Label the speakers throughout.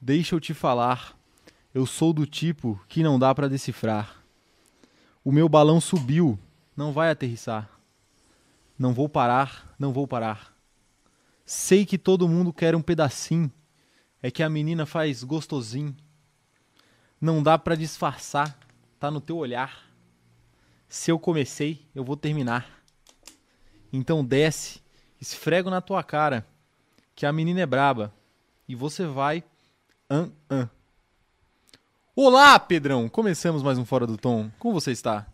Speaker 1: Deixa eu te falar. Eu sou do tipo que não dá pra decifrar. O meu balão subiu, não vai aterrissar. Não vou parar, não vou parar. Sei que todo mundo quer um pedacinho, é que a menina faz gostosinho. Não dá pra disfarçar, tá no teu olhar. Se eu comecei, eu vou terminar. Então desce, esfrego na tua cara, que a menina é braba. E você vai. An, an. Olá, Pedrão! Começamos mais um Fora do Tom. Como você está?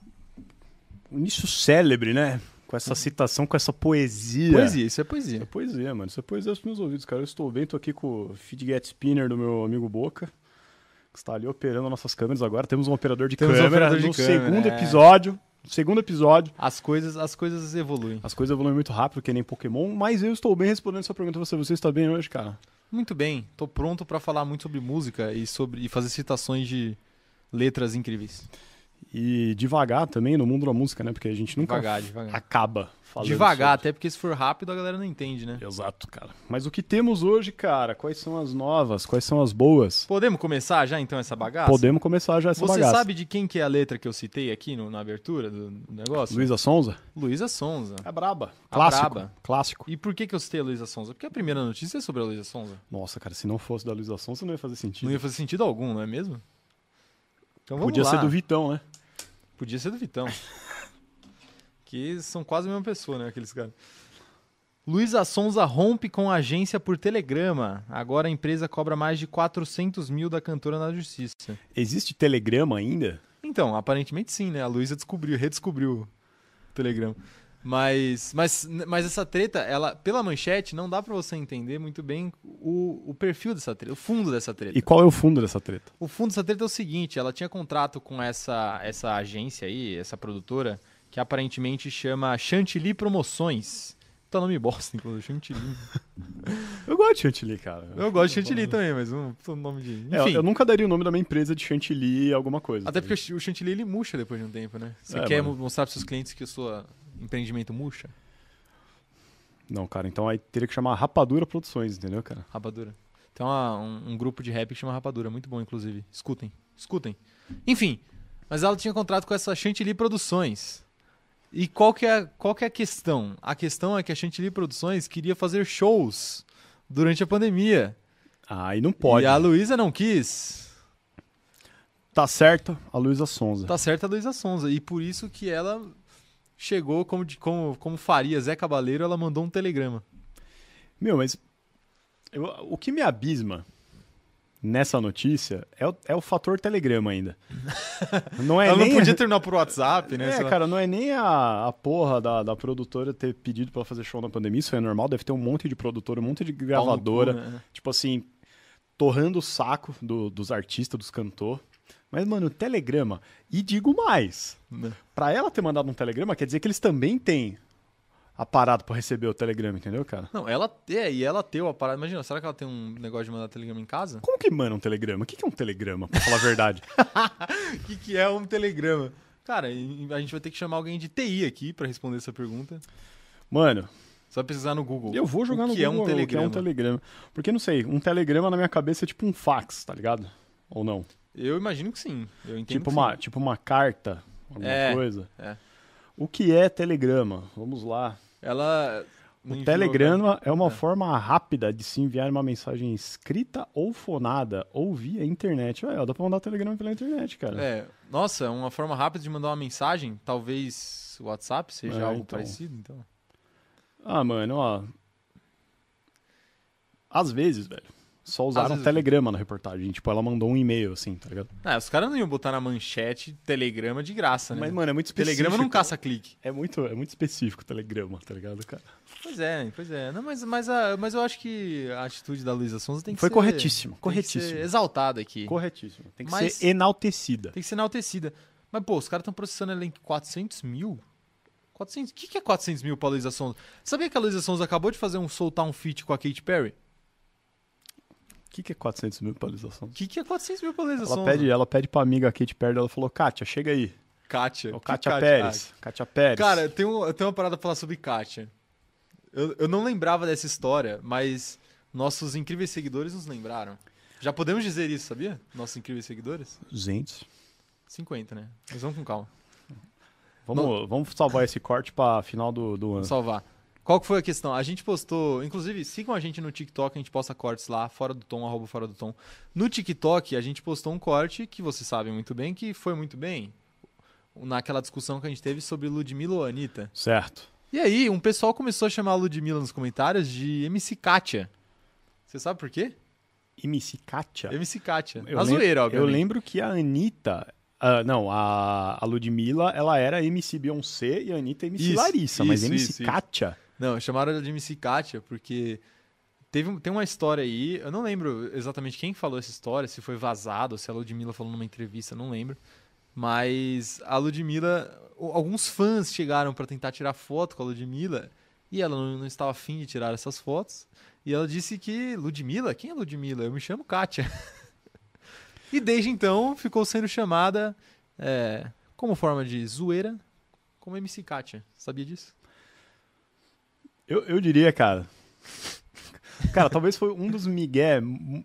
Speaker 2: Um início célebre, né? Com essa citação, com essa poesia.
Speaker 1: Uhum. Poesia, isso é
Speaker 2: Isso é
Speaker 1: poesia.
Speaker 2: poesia, mano. Isso é poesia pros meus ouvidos, cara. Eu estou bem, tô aqui com o Fidget Spinner do meu amigo Boca, que está ali operando nossas câmeras agora. Temos um operador de
Speaker 1: Temos um
Speaker 2: câmera
Speaker 1: operador de
Speaker 2: no
Speaker 1: câmera,
Speaker 2: segundo
Speaker 1: é.
Speaker 2: episódio. Segundo episódio.
Speaker 1: As coisas, as coisas evoluem.
Speaker 2: As coisas evoluem muito rápido, que nem Pokémon, mas eu estou bem respondendo sua pergunta. Você, você está bem hoje, cara?
Speaker 1: Muito bem, tô pronto pra falar muito sobre música e sobre e fazer citações de letras incríveis.
Speaker 2: E devagar também no mundo da música, né? Porque a gente nunca
Speaker 1: Devagar, devagar.
Speaker 2: acaba falando.
Speaker 1: Devagar,
Speaker 2: sobre-
Speaker 1: até porque se for rápido a galera não entende, né?
Speaker 2: Exato, cara. Mas o que temos hoje, cara? Quais são as novas? Quais são as boas?
Speaker 1: Podemos começar já então essa bagaça?
Speaker 2: Podemos começar já essa
Speaker 1: Você
Speaker 2: bagaça.
Speaker 1: sabe de quem que é a letra que eu citei aqui no- na abertura do do negócio?
Speaker 2: Luísa Sonza?
Speaker 1: Luísa Sonza.
Speaker 2: É braba.
Speaker 1: A
Speaker 2: Clássico.
Speaker 1: braba.
Speaker 2: Clássico.
Speaker 1: E por que, que eu citei a Luísa Sonza? Porque a primeira notícia é sobre a Luísa Sonza.
Speaker 2: Nossa, cara, se não fosse da Luísa Sonza, não ia fazer sentido.
Speaker 1: Não ia fazer sentido algum, não é mesmo? Então vamos
Speaker 2: Podia
Speaker 1: lá.
Speaker 2: ser do Vitão, né?
Speaker 1: Podia ser do Vitão. que são quase a mesma pessoa, né, aqueles caras. Luísa Sonza rompe com a agência por telegrama. Agora a empresa cobra mais de 400 mil da cantora na justiça.
Speaker 2: Existe telegrama ainda?
Speaker 1: Então, aparentemente sim, né? A Luísa descobriu, redescobriu o Telegram. Mas, mas, mas essa treta, ela, pela manchete, não dá pra você entender muito bem o, o perfil dessa treta, o fundo dessa treta.
Speaker 2: E qual é o fundo dessa treta?
Speaker 1: O fundo dessa treta é o seguinte: ela tinha contrato com essa, essa agência aí, essa produtora, que aparentemente chama Chantilly Promoções. Tá nome bosta, inclusive, Chantilly.
Speaker 2: Eu gosto de chantilly, cara.
Speaker 1: Eu gosto de Chantilly também, mas um um nome de.
Speaker 2: É, eu-
Speaker 1: Enfim.
Speaker 2: eu nunca daria o nome da minha empresa de chantilly alguma coisa.
Speaker 1: Até
Speaker 2: tá
Speaker 1: porque o chantilly ele murcha depois de um tempo, né? Você
Speaker 2: É,
Speaker 1: quer
Speaker 2: mano.
Speaker 1: mo- mostrar para seus clientes que o seu empreendimento murcha?
Speaker 2: ligado? Não, cara, então aí teria que chamar Rapadura Produções, entendeu, cara?
Speaker 1: Rapadura. Tem uma- um, um grupo de rap que chama Rapadura, muito bom, inclusive. Escutem, escutem. Enfim, mas ela tinha contrato com essa Chantilly Produções. E qual que, é, qual que é a questão? A questão é que a Chantilly Produções queria fazer shows durante a pandemia.
Speaker 2: Ah, Aí não pode.
Speaker 1: E a Luísa não quis.
Speaker 2: Tá certo a Luísa Sonza.
Speaker 1: Tá certa a Luísa Sonza. E por isso que ela chegou, como, de- como, como faria Zé Cabaleiro, ela mandou um telegrama.
Speaker 2: Meu, mas eu- o que me abisma nessa notícia é o, é o fator telegrama ainda. Não é
Speaker 1: ela
Speaker 2: nem
Speaker 1: não podia terminar por WhatsApp, né?
Speaker 2: É,
Speaker 1: sei lá.
Speaker 2: cara, não é nem a, a porra da, da produtora ter pedido pra fazer show na pandemia, isso é normal, deve ter um monte de produtora, um monte de
Speaker 1: Pau no cu,
Speaker 2: gravadora,
Speaker 1: né?
Speaker 2: tipo assim, torrando o saco do- dos artistas, dos cantores. Mas, mano, telegrama. E digo mais,
Speaker 1: Né.
Speaker 2: pra ela ter mandado um telegrama, quer dizer que eles também têm a parada pra receber o telegrama, entendeu, cara?
Speaker 1: Não, ela é, e ela teu a parada. Imagina, será que ela tem um negócio de mandar telegrama em casa?
Speaker 2: Como que manda um telegrama? O que que é um telegrama, pra falar a verdade?
Speaker 1: O que, que é um telegrama? Cara, e- e a gente vai ter que chamar alguém de TI aqui pra responder essa pergunta.
Speaker 2: Mano,
Speaker 1: Só pesquisar no Google.
Speaker 2: eu vou jogar
Speaker 1: o
Speaker 2: no
Speaker 1: que
Speaker 2: Google
Speaker 1: é um
Speaker 2: o que é
Speaker 1: telegrama.
Speaker 2: um telegrama. Porque, não sei, um telegrama na minha cabeça é tipo um fax, tá ligado? Ou não?
Speaker 1: Eu imagino que sim. Eu entendo.
Speaker 2: Tipo
Speaker 1: que
Speaker 2: uma,
Speaker 1: sim.
Speaker 2: tipo uma carta, alguma
Speaker 1: É,
Speaker 2: coisa.
Speaker 1: é.
Speaker 2: O que é telegrama? Vamos lá.
Speaker 1: Ela. não
Speaker 2: O
Speaker 1: enviou, né?
Speaker 2: telegrama é uma
Speaker 1: É.
Speaker 2: forma rápida de se enviar uma mensagem escrita ou fonada ou via internet. Ué, dá pra mandar telegrama pela internet,
Speaker 1: cara.
Speaker 2: cara.
Speaker 1: É. Nossa, uma forma rápida de mandar uma mensagem. Talvez o WhatsApp seja
Speaker 2: É,
Speaker 1: algo
Speaker 2: então.
Speaker 1: parecido, então.
Speaker 2: Ah, mano, ó. Às vezes, velho, só usaram
Speaker 1: vezes-
Speaker 2: telegrama na reportagem. Tipo, ela mandou um e-mail, assim, tá ligado?
Speaker 1: Ah, os caras não iam botar na manchete telegrama de graça, né?
Speaker 2: Mas, mano, é muito específico.
Speaker 1: telegrama não caça clique.
Speaker 2: É muito, é muito específico o telegrama, tá ligado, cara?
Speaker 1: Pois é, pois é. Não, mas, mas, a, mas eu acho que a atitude da Luísa Sonza tem que
Speaker 2: Foi
Speaker 1: ser.
Speaker 2: corretíssimo,
Speaker 1: tem que
Speaker 2: corretíssimo.
Speaker 1: ser exaltada aqui.
Speaker 2: Corretíssimo. Tem que
Speaker 1: Mas-
Speaker 2: ser enaltecida.
Speaker 1: Tem que ser enaltecida. Mas, pô, os caras estão processando ela em 400 mil? 400? O que, que é 400 mil pra Luísa Sonza? Sabia que a Luísa Sonza acabou de fazer um soltar um feat com a Katy Perry?
Speaker 2: O que, que é 400 mil atualização?
Speaker 1: O que, que é 400 mil pra Luísa
Speaker 2: Ela
Speaker 1: Sonza?
Speaker 2: pede, ela pede pra amiga Kate Perry, ela falou, Kátia, chega aí.
Speaker 1: Kátia.
Speaker 2: Ô,
Speaker 1: Que
Speaker 2: Kátia
Speaker 1: Kátia?
Speaker 2: Pérez. Kátia Pérez.
Speaker 1: Cara, eu tenho, eu tenho uma parada pra falar sobre Kátia. Eu, eu não lembrava dessa história, mas nossos incríveis seguidores nos lembraram. Já podemos dizer isso, sabia? Nossos incríveis seguidores?
Speaker 2: 200.
Speaker 1: 50, né? Mas vamos com calma.
Speaker 2: Vamos, vamos salvar esse corte pra final do, do ano.
Speaker 1: Vamos salvar. Qual que foi a questão? A gente postou, inclusive, sigam a gente no TikTok, a gente posta cortes lá, fora do tom, arroba fora do tom. No TikTok, a gente postou um corte que vocês sabem muito bem, que foi muito bem, naquela discussão que a gente teve sobre Ludmilla ou Anitta.
Speaker 2: Certo.
Speaker 1: E aí, um pessoal começou a chamar a Ludmilla nos comentários de MC Kátia. Você sabe por quê?
Speaker 2: MC Kátia.
Speaker 1: MC Kátia.
Speaker 2: É. Eu
Speaker 1: Na
Speaker 2: lem-
Speaker 1: Tá zoeira, obviamente.
Speaker 2: Eu lembro que a Anitta. ah, não, a, a Ludmilla, ela era MC Beyoncé e a Anitta MC
Speaker 1: Isso,
Speaker 2: Larissa, mas
Speaker 1: isso,
Speaker 2: MC
Speaker 1: isso, isso.
Speaker 2: Kátia.
Speaker 1: Não, chamaram ela de MC Kátia porque teve, um- tem uma história aí, eu não lembro exatamente quem falou essa história, se foi vazado, se a Ludmilla falou numa entrevista, não lembro. Mas a Ludmilla, o- alguns fãs chegaram para tentar tirar foto com a Ludmilla e ela não, não estava afim de tirar essas fotos. E ela disse que Ludmilla, quem é Ludmilla? Eu me chamo Kátia. e desde então ficou sendo chamada, é, como forma de zoeira, como MC Kátia. Sabia disso?
Speaker 2: Eu, eu diria, cara. Cara, talvez foi um dos migué m-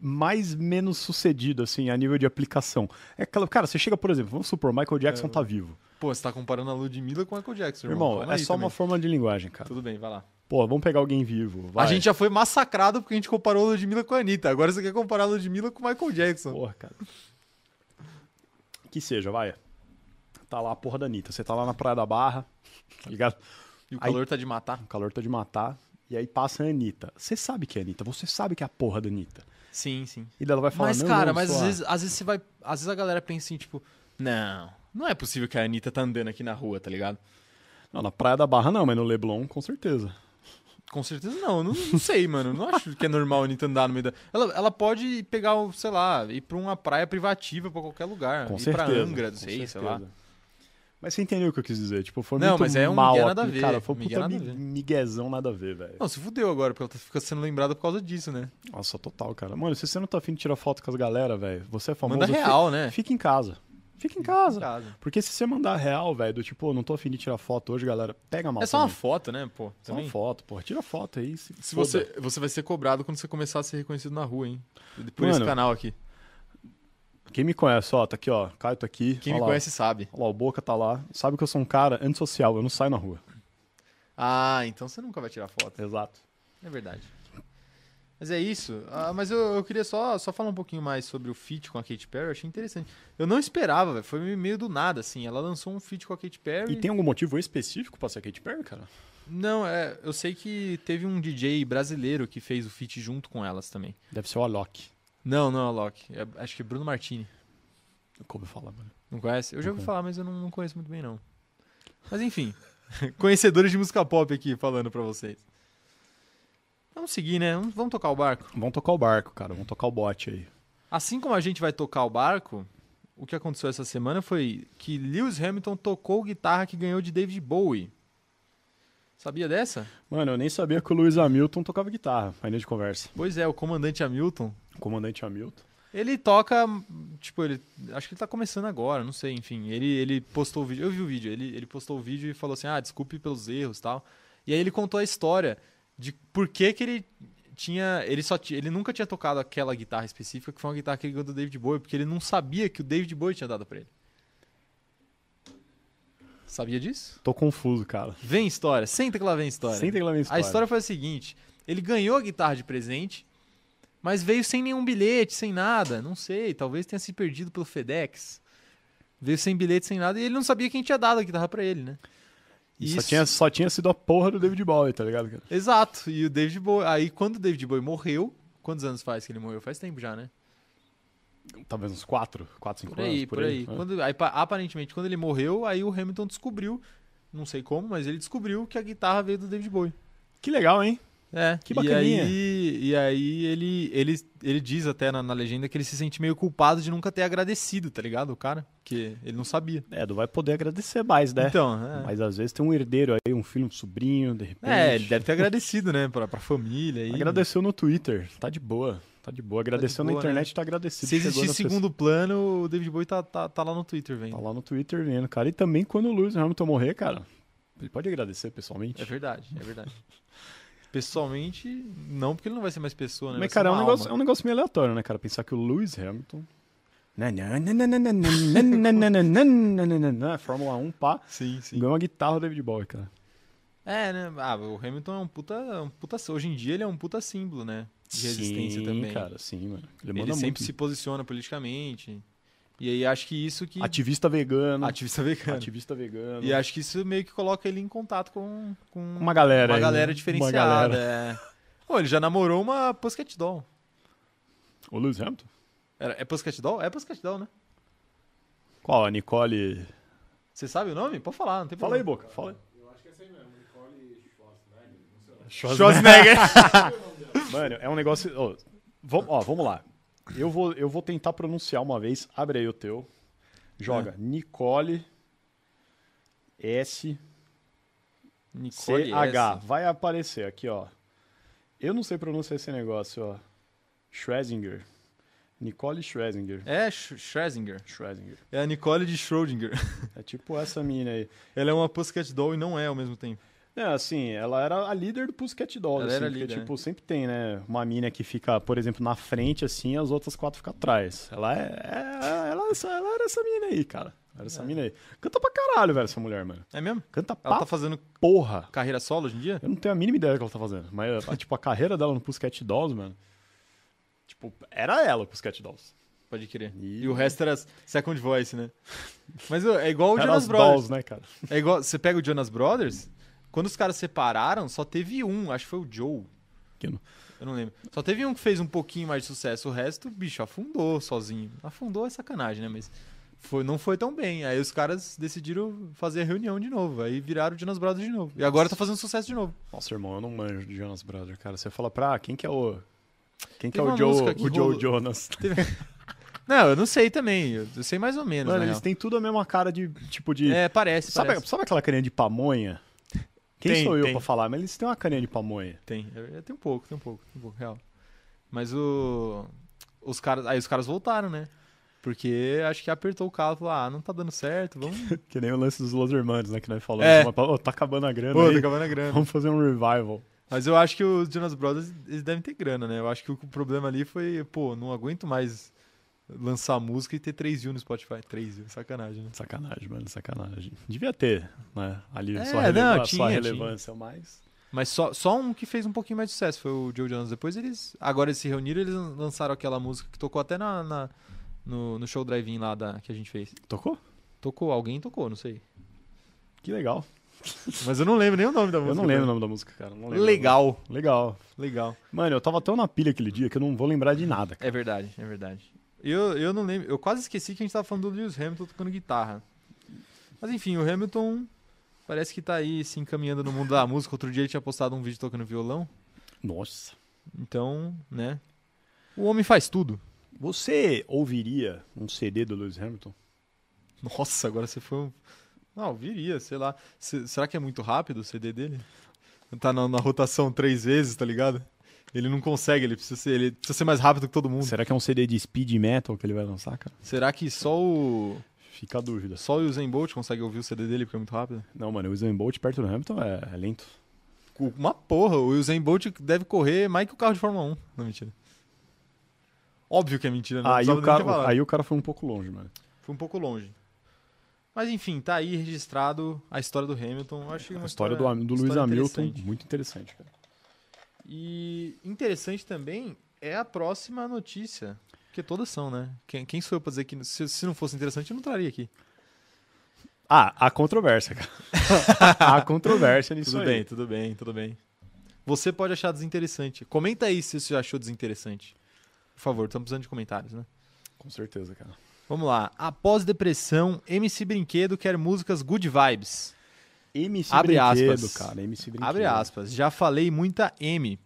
Speaker 2: mais menos sucedido, assim, a nível de aplicação. É aquela, cara, você chega, por exemplo, vamos supor, Michael
Speaker 1: É,
Speaker 2: Jackson tá vivo.
Speaker 1: Pô, você tá comparando a Ludmilla com o Michael Jackson, irmão.
Speaker 2: Irmão,
Speaker 1: Calma
Speaker 2: é
Speaker 1: aí
Speaker 2: só
Speaker 1: também.
Speaker 2: uma forma de linguagem, cara.
Speaker 1: Tudo bem, vai lá.
Speaker 2: Pô, vamos pegar alguém vivo.
Speaker 1: A
Speaker 2: vai.
Speaker 1: gente já foi massacrado porque a gente comparou a Ludmilla com a Anitta. Agora você quer comparar a Ludmilla com o Michael Jackson.
Speaker 2: Porra, cara. Que seja, vai. Tá lá a porra da Anitta. Você tá lá na Praia da Barra, tá ligado?
Speaker 1: e o
Speaker 2: aí-
Speaker 1: calor tá de matar.
Speaker 2: O calor tá de matar. E aí passa a Anitta. Você sabe que é a Anitta. Você sabe que é a porra da Anitta.
Speaker 1: Sim, sim.
Speaker 2: E daí ela vai falar,
Speaker 1: Mas,
Speaker 2: não,
Speaker 1: cara,
Speaker 2: não,
Speaker 1: mas
Speaker 2: sou
Speaker 1: às
Speaker 2: a-
Speaker 1: vezes, às vezes você vai. Às vezes a galera pensa assim, tipo, não, não é possível que a Anitta tá andando aqui na rua, tá ligado?
Speaker 2: Não, na Praia da Barra não, mas no Leblon, com certeza.
Speaker 1: Com certeza não, eu não, não sei, mano. Eu Não acho que é normal a Anitta andar no meio da. Ela, ela pode pegar, o, sei lá, ir pra uma praia privativa, pra qualquer lugar.
Speaker 2: Com
Speaker 1: ir
Speaker 2: certeza.
Speaker 1: Ah, pra Angra, não
Speaker 2: com
Speaker 1: sei, sei lá.
Speaker 2: certeza. Mas você entendeu o que eu quis dizer? Tipo, foi
Speaker 1: Não,
Speaker 2: muito
Speaker 1: mas é um
Speaker 2: mal.
Speaker 1: migué nada a
Speaker 2: apli-
Speaker 1: ver,
Speaker 2: Cara, foi um
Speaker 1: migué
Speaker 2: puta
Speaker 1: nada a
Speaker 2: mi-
Speaker 1: ver.
Speaker 2: miguezão nada a ver, velho.
Speaker 1: Não, se fudeu agora, porque ela tá, fica sendo lembrada por causa disso, né?
Speaker 2: Nossa, total, cara. Mano, se você não tá afim de tirar foto com as galera, velho, você é famoso.
Speaker 1: Manda
Speaker 2: fi-
Speaker 1: real, né? É
Speaker 2: Fica em casa. Fica em
Speaker 1: Em
Speaker 2: casa.
Speaker 1: casa.
Speaker 2: Porque se você mandar real, velho, do tipo, "Ô, não tô afim de tirar foto hoje, galera, pega mal.
Speaker 1: É só uma
Speaker 2: também.
Speaker 1: foto, né, pô?
Speaker 2: Só uma
Speaker 1: Também.
Speaker 2: foto, pô. Tira foto aí. Se,
Speaker 1: Se
Speaker 2: foda.
Speaker 1: você, você vai ser cobrado quando você começar a ser reconhecido na rua, hein? Por esse
Speaker 2: Mano,
Speaker 1: canal aqui.
Speaker 2: Quem me conhece, ó, tá aqui, ó. Caio tá aqui.
Speaker 1: Quem
Speaker 2: ó
Speaker 1: me
Speaker 2: lá, ó.
Speaker 1: conhece sabe.
Speaker 2: Ó lá, o Boca tá lá. Sabe que eu sou um cara antissocial, eu não saio na rua.
Speaker 1: Ah, então você nunca vai tirar foto.
Speaker 2: Exato.
Speaker 1: É verdade. Mas é isso. Ah, mas eu, eu queria só, só falar um pouquinho mais sobre o feat com a Katy Perry. Eu achei interessante. Eu não esperava, velho. Foi meio do nada, assim. Ela lançou um feat com a Katy Perry.
Speaker 2: E tem algum motivo específico pra ser Katy Perry, cara?
Speaker 1: Não, é. Eu sei que teve um DJ brasileiro que fez o feat junto com elas também.
Speaker 2: Deve ser o Alok.
Speaker 1: Não, não é o Loki. É- acho que é Bruno Martini.
Speaker 2: Como eu falo, mano.
Speaker 1: Não conhece? Eu já ouvi
Speaker 2: conheço.
Speaker 1: falar, mas eu não, não conheço muito bem, não. Mas enfim, conhecedores de música pop aqui falando pra vocês. Vamos seguir, né? Vamos, vamos tocar o barco.
Speaker 2: Vão tocar o barco, cara. Vão tocar o bote aí.
Speaker 1: Assim como a gente vai tocar o barco, o que aconteceu essa semana foi que Lewis Hamilton tocou guitarra que ganhou de David Bowie. Sabia dessa?
Speaker 2: Mano, eu nem sabia que o Lewis Hamilton tocava guitarra. Painel de conversa.
Speaker 1: Pois é, o comandante Hamilton.
Speaker 2: O comandante Hamilton.
Speaker 1: Ele toca, tipo, ele. Acho que ele tá começando agora, não sei, enfim. Ele, ele postou o vídeo. Eu vi o vídeo, ele, ele postou o vídeo e falou assim: ah, desculpe pelos erros e tal. E aí ele contou a história de por que, que ele tinha. Ele só ti- ele nunca tinha tocado aquela guitarra específica, que foi uma guitarra que ele ganhou do David Bowie, porque ele não sabia que o David Bowie tinha dado pra ele. Sabia disso?
Speaker 2: Tô confuso, cara.
Speaker 1: Vem história, senta que lá vem história.
Speaker 2: Sem ter lá minha
Speaker 1: A história foi a seguinte: ele ganhou a guitarra de presente, mas veio sem nenhum bilhete, sem nada. Não sei, talvez tenha se perdido pelo FedEx. Veio sem bilhete, sem nada, e ele não sabia quem tinha dado a guitarra pra ele, né?
Speaker 2: E Só,
Speaker 1: Isso.
Speaker 2: tinha, só tinha sido a porra do David Bowie, tá ligado, cara?
Speaker 1: Exato. E o David Bowie. Aí quando o David Bowie morreu, quantos anos faz que ele morreu? Faz tempo já, né?
Speaker 2: Talvez uns 4, 4, 5
Speaker 1: Por
Speaker 2: anos.
Speaker 1: aí, por aí.
Speaker 2: É.
Speaker 1: Quando, aí, pa- aparentemente, quando ele morreu, aí o Hamilton descobriu, não sei como, mas ele descobriu que a guitarra veio do David Bowie.
Speaker 2: Que legal, hein?
Speaker 1: É,
Speaker 2: Que
Speaker 1: E
Speaker 2: bacaninha.
Speaker 1: aí, e aí ele, ele, ele diz até na, na legenda que ele se sente meio culpado de nunca ter agradecido, tá ligado? O cara, porque ele não sabia.
Speaker 2: É, não vai poder agradecer mais, né?
Speaker 1: Então, é.
Speaker 2: Mas às vezes tem um herdeiro aí, um filho, um sobrinho, de repente.
Speaker 1: É, ele deve ter agradecido, né? Pra, pra família. aí.
Speaker 2: Agradeceu no Twitter. Tá de boa. Tá de boa. Agradeceu
Speaker 1: boa,
Speaker 2: na internet,
Speaker 1: né?
Speaker 2: tá agradecido.
Speaker 1: Se
Speaker 2: Chegou
Speaker 1: existir
Speaker 2: nas
Speaker 1: segundo plano, o David Bowie tá, tá, tá lá no Twitter,
Speaker 2: Tá
Speaker 1: velho.
Speaker 2: lá no Twitter vendo, cara. E também quando o Lewis Hamilton morrer, cara, ele pode agradecer pessoalmente.
Speaker 1: É verdade, é verdade. Pessoalmente, não, porque ele não vai ser mais pessoa, né? Vai
Speaker 2: Mas,
Speaker 1: ser
Speaker 2: cara, é um,
Speaker 1: uma
Speaker 2: negócio, é
Speaker 1: alma.
Speaker 2: um negócio meio aleatório, né, cara? Pensar que o Lewis Hamilton. Nananana, Fórmula 1, pá.
Speaker 1: Sim, sim.
Speaker 2: Ganhou uma guitarra do David Bowie, cara.
Speaker 1: É, né? Ah, o Hamilton é um puta, um puta. Hoje em dia ele é um puta símbolo, né? De resistência
Speaker 2: sim,
Speaker 1: também.
Speaker 2: cara, sim, mano. Ele,
Speaker 1: Ele
Speaker 2: manda
Speaker 1: sempre
Speaker 2: muito.
Speaker 1: se posiciona politicamente. E aí acho que isso que.
Speaker 2: Ativista vegano.
Speaker 1: Ativista vegano.
Speaker 2: Ativista vegano.
Speaker 1: E acho que isso meio que coloca ele em contato com, com
Speaker 2: Uma galera.
Speaker 1: uma
Speaker 2: aí,
Speaker 1: galera
Speaker 2: né?
Speaker 1: diferenciada.
Speaker 2: Uma galera.
Speaker 1: é. Pô, ele já namorou uma Pussycat Doll.
Speaker 2: O Lewis Hamilton?
Speaker 1: Era, é Pussycat Doll? É Pussycat Doll, né?
Speaker 2: Qual? A Nicole.
Speaker 1: Você sabe o nome? Pode falar, não tem
Speaker 2: Fala aí,
Speaker 1: problema.
Speaker 2: Boca. Fala aí.
Speaker 1: Schwarzenegger.
Speaker 2: Mano, é um negócio. Ó, vam- ó, vamos lá. Eu vou, eu vou tentar pronunciar uma vez. Abre aí o teu. Joga
Speaker 1: É.
Speaker 2: Nicole S
Speaker 1: Nicole
Speaker 2: CH.
Speaker 1: S.
Speaker 2: Vai aparecer aqui, ó. Eu não sei pronunciar esse negócio, ó. Schrödinger. Nicole Schrödinger.
Speaker 1: É Sch- Schrödinger.
Speaker 2: Schrödinger.
Speaker 1: É a Nicole de Schrödinger.
Speaker 2: É tipo essa mina aí.
Speaker 1: Ela é uma Pussycat Doll e não é ao mesmo tempo.
Speaker 2: É, assim, ela era a líder do Pussycat Dolls,
Speaker 1: Ela
Speaker 2: assim,
Speaker 1: era a
Speaker 2: porque,
Speaker 1: líder,
Speaker 2: tipo, sempre tem, né, uma mina que fica, por exemplo, na frente, assim, e as outras quatro ficam atrás. Ela é, é- ela, essa- ela era essa mina aí, cara. Era essa mina aí. Canta pra caralho, velho, essa mulher, mano.
Speaker 1: É mesmo?
Speaker 2: Canta pra
Speaker 1: É. Ela tá fazendo
Speaker 2: porra.
Speaker 1: carreira solo hoje em dia?
Speaker 2: Eu não tenho a mínima ideia do que ela tá fazendo, mas, a- tipo, a carreira dela no Pussycat Dolls, mano, tipo, era ela o Pussycat Dolls.
Speaker 1: Pode crer.
Speaker 2: E-
Speaker 1: E, o resto era second voice, né? Mas ô, é igual o
Speaker 2: Era
Speaker 1: Jonas
Speaker 2: as
Speaker 1: Brothers.
Speaker 2: Dolls, né, cara?
Speaker 1: É igual, você pega o Jonas Brothers, quando os caras separaram, só teve um, acho que foi o Joe.
Speaker 2: Que não-
Speaker 1: Eu não lembro. Só teve um que fez um pouquinho mais de sucesso, o resto, bicho, afundou sozinho. Afundou é sacanagem, né? Mas foi, não foi tão bem. Aí os caras decidiram fazer a reunião de novo. Aí viraram o Jonas Brothers de novo. E agora tá fazendo sucesso de novo.
Speaker 2: Nossa, irmão, eu não manjo de Jonas Brothers, cara. Você fala pra, ah, quem que é o... Quem que
Speaker 1: Teve
Speaker 2: é o
Speaker 1: uma
Speaker 2: Joe,
Speaker 1: música que
Speaker 2: o Joe
Speaker 1: rolou-
Speaker 2: Jonas?
Speaker 1: Não, eu não sei também. Eu, eu sei mais ou menos.
Speaker 2: Mano,
Speaker 1: na
Speaker 2: eles
Speaker 1: real.
Speaker 2: têm tudo a mesma cara de, tipo, de...
Speaker 1: É, parece.
Speaker 2: sabe,
Speaker 1: parece.
Speaker 2: sabe aquela carinha de pamonha? Quem
Speaker 1: Tem,
Speaker 2: sou eu
Speaker 1: tem.
Speaker 2: pra falar? Mas eles têm uma carinha de pamonha.
Speaker 1: Tem, é, é, tem um pouco, tem um pouco, tem um pouco, real. Mas o. Os caras. Aí os caras voltaram, né? Porque acho que apertou o carro e falou: ah, não tá dando certo, vamos.
Speaker 2: Que nem o lance dos Los Hermanos, né? Que nós falamos.
Speaker 1: É.
Speaker 2: Uma pa- Ô, tá acabando a grana
Speaker 1: Pô, tá
Speaker 2: aí.
Speaker 1: acabando a grana.
Speaker 2: Vamos fazer um revival.
Speaker 1: Mas eu acho que os Jonas Brothers, eles devem ter grana, né? Eu acho que o problema ali foi, pô, não aguento mais lançar música e ter 3 views no Spotify. 3 views, sacanagem, né?
Speaker 2: Sacanagem, mano, sacanagem. Devia ter, né? Ali
Speaker 1: É,
Speaker 2: sua, relevan-
Speaker 1: não,
Speaker 2: sua
Speaker 1: tinha,
Speaker 2: relevância, mas...
Speaker 1: Mas só, só um que fez um pouquinho mais de sucesso foi o Joe Jonas. Depois eles. Agora eles se reuniram eles lançaram aquela música que tocou até na, na- no, no show drive-in lá da, que a gente fez.
Speaker 2: Tocou?
Speaker 1: Tocou, alguém tocou, não sei.
Speaker 2: Que legal.
Speaker 1: Mas eu não lembro nem o nome da música.
Speaker 2: Eu não lembro o nome da música, cara. não lembro.
Speaker 1: Legal.
Speaker 2: Legal.
Speaker 1: Legal.
Speaker 2: Mano, eu tava tão na pilha aquele dia que eu não vou lembrar de nada, cara.
Speaker 1: É verdade, é verdade. Eu, eu não lembro. Eu quase esqueci que a gente tava falando do Lewis Hamilton tocando guitarra. Mas enfim, o Hamilton parece que tá aí se encaminhando no mundo da música. Outro dia ele tinha postado um vídeo tocando violão.
Speaker 2: Nossa.
Speaker 1: Então, né? O homem faz tudo.
Speaker 2: Você ouviria um CD do Lewis Hamilton?
Speaker 1: Nossa, agora você foi um. Não, viria, sei lá. Se- será que é muito rápido o CD dele? Tá na, na rotação três vezes, tá ligado? Ele não consegue, ele precisa ser, ele precisa ser mais rápido que todo mundo.
Speaker 2: Será que é um CD de speed metal que ele vai lançar, cara?
Speaker 1: Será que só o.
Speaker 2: Fica a dúvida.
Speaker 1: Só o Usain Bolt consegue ouvir o CD dele porque é muito rápido?
Speaker 2: Não, mano, o Usain Bolt perto do Hamilton é, é lento.
Speaker 1: Uma porra, o Usain Bolt deve correr mais que o carro de Fórmula 1. Não, mentira. Óbvio que é mentira, né? Não
Speaker 2: aí,
Speaker 1: precisava
Speaker 2: o
Speaker 1: nem ter
Speaker 2: cara,
Speaker 1: falado.
Speaker 2: aí o cara foi um pouco longe, mano.
Speaker 1: Foi um pouco longe. Mas enfim, tá aí registrado a história do Hamilton. Eu Acho que é
Speaker 2: A
Speaker 1: uma
Speaker 2: história do, Ham- do Lewis
Speaker 1: história
Speaker 2: Hamilton,
Speaker 1: interessante.
Speaker 2: muito interessante, cara.
Speaker 1: E interessante também é a próxima notícia. Porque todas são, né? Quem, quem sou eu pra dizer que se, se não fosse interessante, eu não traria aqui.
Speaker 2: Ah, a controvérsia, cara. a controvérsia nisso
Speaker 1: tudo
Speaker 2: aí.
Speaker 1: bem, tudo bem, tudo bem. Você pode achar desinteressante. Comenta aí se você achou desinteressante. Por favor, estamos precisando de comentários, né?
Speaker 2: Com certeza, cara.
Speaker 1: Vamos lá. Após depressão, MC Brinquedo quer músicas good vibes.
Speaker 2: MC
Speaker 1: Abre
Speaker 2: Brinquedo,
Speaker 1: aspas.
Speaker 2: cara. MC Brinquedo.
Speaker 1: Abre aspas. Já falei muita M.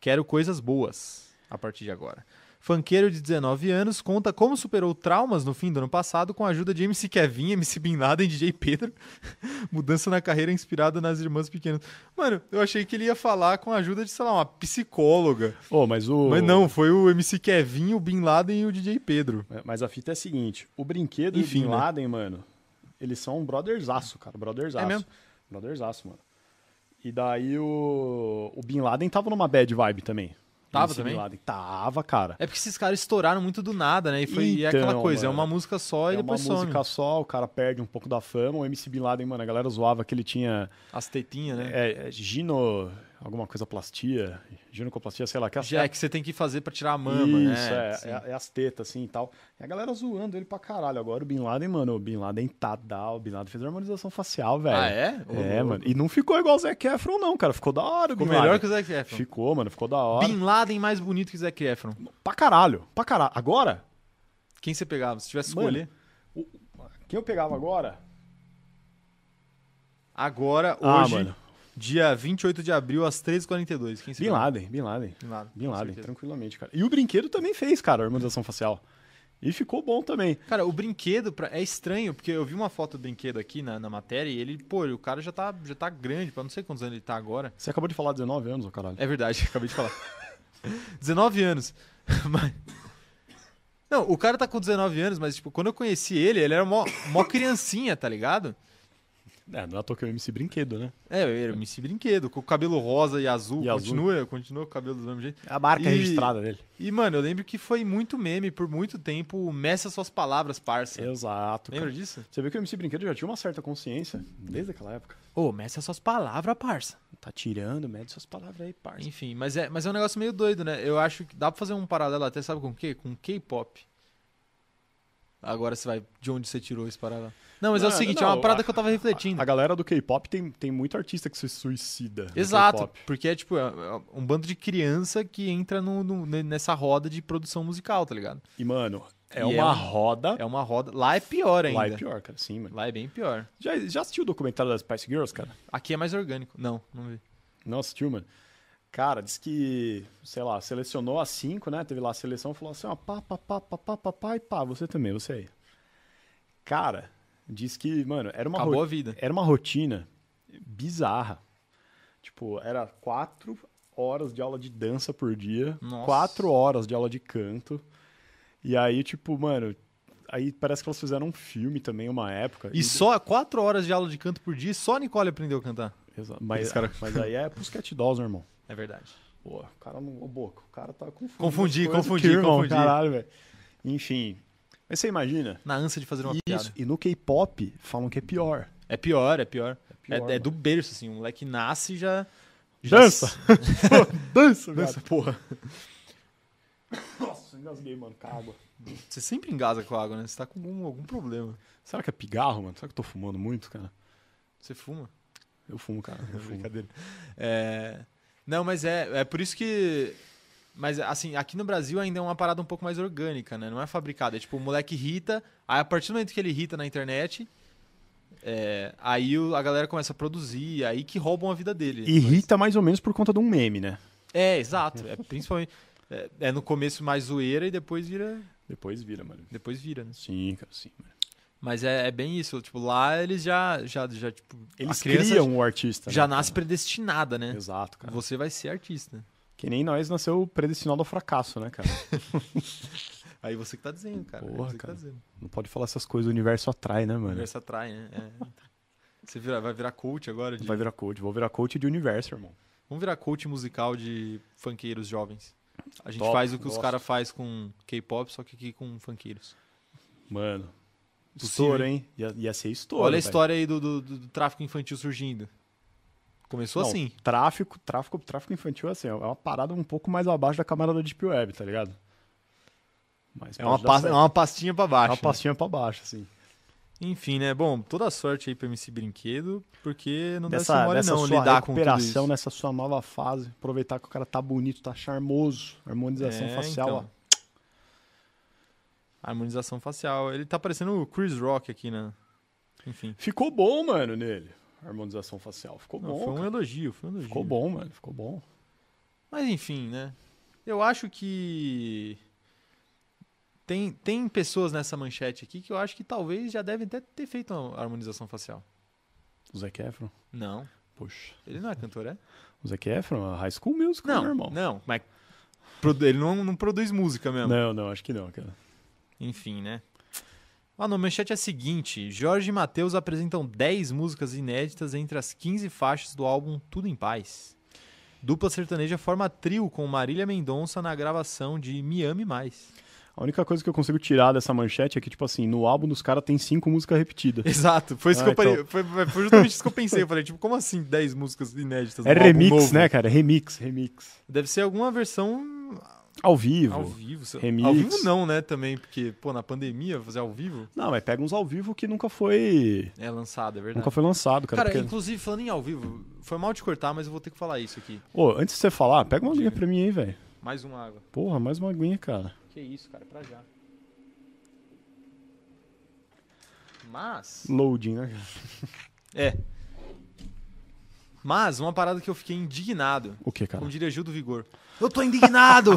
Speaker 1: Quero coisas boas a partir de agora. Funkeiro de 19 anos conta como superou traumas no fim do ano passado com a ajuda de MC Kevin, MC Bin Laden e DJ Pedro. Mudança na carreira inspirada nas irmãs pequenas. Mano, eu achei que ele ia falar com a ajuda de, sei lá, uma psicóloga.
Speaker 2: Ô, mas o...
Speaker 1: Mas não, foi o MC Kevin, o Bin Laden e o DJ Pedro.
Speaker 2: Mas a fita é a seguinte, o Brinquedo
Speaker 1: Enfim,
Speaker 2: e o Bin
Speaker 1: né?
Speaker 2: Laden, mano, eles são brothersaço, cara. Brothersaço.
Speaker 1: É mesmo?
Speaker 2: Brothersaço, mano. E daí o, o Bin Laden tava numa bad vibe também.
Speaker 1: Tava
Speaker 2: Esse Bin
Speaker 1: também?
Speaker 2: Laden. Tava, cara.
Speaker 1: É porque esses caras estouraram muito do nada, né? E foi e é
Speaker 2: Então,
Speaker 1: aquela coisa,
Speaker 2: mano.
Speaker 1: é uma música só e
Speaker 2: é uma
Speaker 1: depois some.
Speaker 2: música só, o cara perde um pouco da fama. O MC Bin Laden, mano, a galera zoava que ele tinha
Speaker 1: As tetinhas, né?
Speaker 2: é, é, gino... alguma coisa plastia, ginocoplastia, sei lá. Que é
Speaker 1: Já é que você tem que fazer pra tirar a mama,
Speaker 2: Isso,
Speaker 1: né?
Speaker 2: é,
Speaker 1: Assim.
Speaker 2: é- é as tetas, assim, e tal. E a galera zoando ele pra caralho. Agora o Bin Laden, mano, o Bin Laden tá da, o Bin Laden fez harmonização facial, velho.
Speaker 1: Ah, é? Ô,
Speaker 2: É,
Speaker 1: louco.
Speaker 2: mano. E não ficou igual o Zac Efron, não, cara. Ficou da hora o
Speaker 1: Ficou
Speaker 2: Bin
Speaker 1: melhor
Speaker 2: Laden.
Speaker 1: que o Zac Efron.
Speaker 2: Ficou, mano. Ficou da hora.
Speaker 1: Bin Laden mais bonito que o Zac Efron.
Speaker 2: Pra caralho. Pra caralho. Agora,
Speaker 1: Quem você pegava? Se tivesse que
Speaker 2: Mano.
Speaker 1: escolher.
Speaker 2: quem eu pegava agora?
Speaker 1: Agora,
Speaker 2: Ah,
Speaker 1: hoje,
Speaker 2: mano.
Speaker 1: dia 28 de abril, às 3h42. Quem você
Speaker 2: Bin
Speaker 1: pegava?
Speaker 2: Laden, Bin Laden.
Speaker 1: Bin Laden.
Speaker 2: Bin
Speaker 1: com
Speaker 2: Laden,
Speaker 1: certeza.
Speaker 2: tranquilamente, cara. E o brinquedo também fez, cara, a harmonização facial. E ficou bom também.
Speaker 1: Cara, o brinquedo pra- é estranho, porque eu vi uma foto do brinquedo aqui na, na matéria e ele, pô, o cara já tá, já tá grande, pra não sei quantos anos ele tá agora.
Speaker 2: Você acabou de falar 19 anos, ô caralho.
Speaker 1: É verdade, acabei de falar. 19 anos. Mas- Não, o cara tá com 19 anos, mas, tipo, quando eu conheci ele, ele era mó, mó criancinha, tá ligado?
Speaker 2: É, não é à toa que é o MC Brinquedo, né?
Speaker 1: É, eu era o MC Brinquedo, com o cabelo rosa e azul.
Speaker 2: E azul.
Speaker 1: continua, continua com o cabelo do mesmo jeito.
Speaker 2: É a marca
Speaker 1: E-
Speaker 2: registrada dele.
Speaker 1: E, mano, eu lembro que foi muito meme por muito tempo. Meça suas palavras, parça.
Speaker 2: Exato, cara.
Speaker 1: Lembra disso?
Speaker 2: Você vê que o MC Brinquedo já tinha uma certa consciência desde aquela época.
Speaker 1: Ô, meça suas palavras, parça.
Speaker 2: Tá tirando, mede suas palavras aí, parça.
Speaker 1: Enfim, mas é, mas é um negócio meio doido, né? Eu acho que dá pra fazer um paralelo até, sabe com o quê? Com K-pop. Agora você vai. De onde você tirou esse paralelo? Não, mas é
Speaker 2: Não,
Speaker 1: o seguinte, é
Speaker 2: não,
Speaker 1: uma parada
Speaker 2: a-
Speaker 1: que eu tava refletindo.
Speaker 2: A galera do K-pop tem, tem muito artista que se suicida. no
Speaker 1: Exato,
Speaker 2: K-pop.
Speaker 1: porque é tipo é- é um bando de criança que entra no, no- nessa roda de produção musical, tá ligado?
Speaker 2: E, mano, é
Speaker 1: E é
Speaker 2: uma
Speaker 1: um-
Speaker 2: roda.
Speaker 1: É uma roda. Lá é pior ainda.
Speaker 2: lá é pior, cara. Sim, mano.
Speaker 1: Lá é bem pior.
Speaker 2: Já, já assistiu o documentário das Spice Girls, cara?
Speaker 1: Aqui é mais orgânico. Não, não vi.
Speaker 2: Não assistiu, mano? Cara, diz que, sei lá, selecionou as cinco, né? Teve lá a seleção, falou assim, ó, pá, pá, pá, pá, pá, pá, pá, e pá, você também, você aí. Cara, diz que, mano, era uma, É,
Speaker 1: Acabou
Speaker 2: ro-
Speaker 1: a vida.
Speaker 2: era uma rotina bizarra. Tipo, era quatro horas de aula de dança por dia,
Speaker 1: Nossa.
Speaker 2: quatro horas de aula de canto. E aí, tipo, mano, aí parece que elas fizeram um filme também, uma época.
Speaker 1: E só quatro horas de aula de canto por dia, só a Nicole aprendeu a cantar.
Speaker 2: Exa- Mas,
Speaker 1: Esse cara-
Speaker 2: mas aí é pros cat dolls, né, irmão.
Speaker 1: É verdade.
Speaker 2: Pô, o cara não. Ô, Boca, o cara tá confundindo.
Speaker 1: Confundi,
Speaker 2: as coisas
Speaker 1: confundi,
Speaker 2: aqui, irmão,
Speaker 1: confundi.
Speaker 2: Caralho, velho. Enfim. Mas você imagina.
Speaker 1: Na ânsia de fazer uma
Speaker 2: Isso.
Speaker 1: piada.
Speaker 2: E no K-pop falam que é pior.
Speaker 1: É pior, é pior. É,
Speaker 2: pior,
Speaker 1: é
Speaker 2: mano.
Speaker 1: do berço, assim. O moleque nasce e já.
Speaker 2: Dança! dança,
Speaker 1: Dança,
Speaker 2: dança, porra. Nossa, engasguei, mano, com a água.
Speaker 1: Você sempre engasga com a água, né? Você tá com algum, algum problema.
Speaker 2: Será que é pigarro, mano? Será que eu tô fumando muito, cara?
Speaker 1: Você fuma.
Speaker 2: Eu fumo, cara. Eu fumo.
Speaker 1: Brincadeira. É, Não, mas é, é por isso que. Mas assim, aqui no Brasil ainda é uma parada um pouco mais orgânica, né? Não é fabricada. É tipo, o moleque irrita, aí a partir do momento que ele irrita na internet, é, aí o- a galera começa a produzir, aí que roubam a vida dele.
Speaker 2: Irrita mais ou menos por conta de um meme, né?
Speaker 1: É, exato. É principalmente. É, é no começo mais zoeira e depois vira.
Speaker 2: Depois vira, mano.
Speaker 1: Depois vira, né?
Speaker 2: Sim, cara, sim. mano.
Speaker 1: Mas é, é bem isso. Tipo, lá eles já. já, já tipo,
Speaker 2: Eles
Speaker 1: a criança
Speaker 2: criam o artista.
Speaker 1: já
Speaker 2: né,
Speaker 1: nasce predestinada, né?
Speaker 2: cara? Exato, cara.
Speaker 1: Você vai ser artista.
Speaker 2: Que nem nós nasceu predestinado ao fracasso, né, cara?
Speaker 1: Aí você que tá dizendo, cara. Aí
Speaker 2: Porra,
Speaker 1: você que
Speaker 2: cara.
Speaker 1: tá dizendo.
Speaker 2: Não pode falar essas coisas, o universo atrai, né,
Speaker 1: O
Speaker 2: mano?
Speaker 1: universo atrai, né? É. Você vira- vai virar coach agora? de-
Speaker 2: Vai virar coach, vou virar coach de universo, irmão.
Speaker 1: Vamos virar coach musical de funkeiros jovens. A gente
Speaker 2: Top,
Speaker 1: faz o que os
Speaker 2: gosto.
Speaker 1: caras faz com K-pop, só que aqui com funkeiros.
Speaker 2: Mano.
Speaker 1: Possível,
Speaker 2: Estouro, hein? Ia, ia ser estouro.
Speaker 1: Olha a
Speaker 2: velho.
Speaker 1: história aí do, do- do- do tráfico infantil surgindo. Começou
Speaker 2: Não,
Speaker 1: assim.
Speaker 2: Tráfico, tráfico, tráfico infantil é assim, é uma parada um pouco mais abaixo da camada da Deep Web, tá ligado? Mas
Speaker 1: É
Speaker 2: pode
Speaker 1: uma,
Speaker 2: dar
Speaker 1: pas-
Speaker 2: certo.
Speaker 1: é uma pastinha pra
Speaker 2: É
Speaker 1: baixo.
Speaker 2: uma
Speaker 1: né?
Speaker 2: pastinha pra baixo, assim.
Speaker 1: Enfim, né? Bom, toda sorte aí pra MC Brinquedo, porque não
Speaker 2: Nessa,
Speaker 1: deve ser mole
Speaker 2: nessa
Speaker 1: não
Speaker 2: sua
Speaker 1: lidar com tudo
Speaker 2: recuperação, né?
Speaker 1: isso.
Speaker 2: nessa sua nova fase, aproveitar que o cara tá bonito, tá charmoso, harmonização
Speaker 1: É,
Speaker 2: facial,
Speaker 1: então. Harmonização facial. Ele tá parecendo o Chris Rock aqui, né? Enfim.
Speaker 2: ó. Ficou bom, mano, nele. Harmonização facial, ficou
Speaker 1: Não,
Speaker 2: bom.
Speaker 1: foi um
Speaker 2: cara.
Speaker 1: elogio, foi um elogio.
Speaker 2: Ficou bom, mano, ficou bom.
Speaker 1: Mas enfim, né? Eu acho que tem, tem pessoas nessa manchete aqui que eu acho que talvez já devem até ter feito uma harmonização facial.
Speaker 2: O Zac Efron,
Speaker 1: Não.
Speaker 2: poxa.
Speaker 1: Ele não é cantor, é?
Speaker 2: O Zac Efron, a High School Musical,
Speaker 1: Não,
Speaker 2: né, irmão?
Speaker 1: não. Mas produ- ele não, não produz música mesmo.
Speaker 2: Não, não, acho que não, cara.
Speaker 1: Enfim, né? Ah, no manchete é a seguinte: Jorge e Matheus apresentam 10 músicas inéditas entre as 15 faixas do álbum Tudo em Paz. Dupla sertaneja forma trio com Marília Mendonça na gravação de Me Ame Mais.
Speaker 2: A única coisa que eu consigo tirar dessa manchete é que, tipo assim, no álbum dos caras tem cinco músicas repetidas.
Speaker 1: Exato, foi isso
Speaker 2: Ah,
Speaker 1: que eu parei, foi, foi justamente isso que eu pensei. Eu falei, tipo, como assim 10 músicas inéditas?
Speaker 2: É
Speaker 1: num Um álbum
Speaker 2: remix,
Speaker 1: novo?
Speaker 2: né, cara? Remix, remix.
Speaker 1: Deve ser alguma versão
Speaker 2: Ao vivo.
Speaker 1: ao vivo. sei-
Speaker 2: remix.
Speaker 1: Ao vivo não, né, também, porque, pô, na pandemia, fazer ao vivo
Speaker 2: Não, mas pega uns ao vivo que nunca foi.
Speaker 1: é lançado, é verdade.
Speaker 2: Nunca foi lançado, cara.
Speaker 1: Cara,
Speaker 2: porque-
Speaker 1: inclusive, falando em ao vivo, foi mal te cortar, mas eu vou ter que falar isso aqui.
Speaker 2: Ô, antes de você falar, pega uma aguinha
Speaker 1: Diga.
Speaker 2: pra mim aí, velho.
Speaker 1: Mais uma água.
Speaker 2: Porra, mais uma aguinha, cara.
Speaker 1: Que isso, cara, pra já. Mas.
Speaker 2: Loading, né? cara?
Speaker 1: É. Mas, uma parada que eu fiquei indignado.
Speaker 2: O que, cara?
Speaker 1: Como diria Gil do Vigor. Eu tô indignado!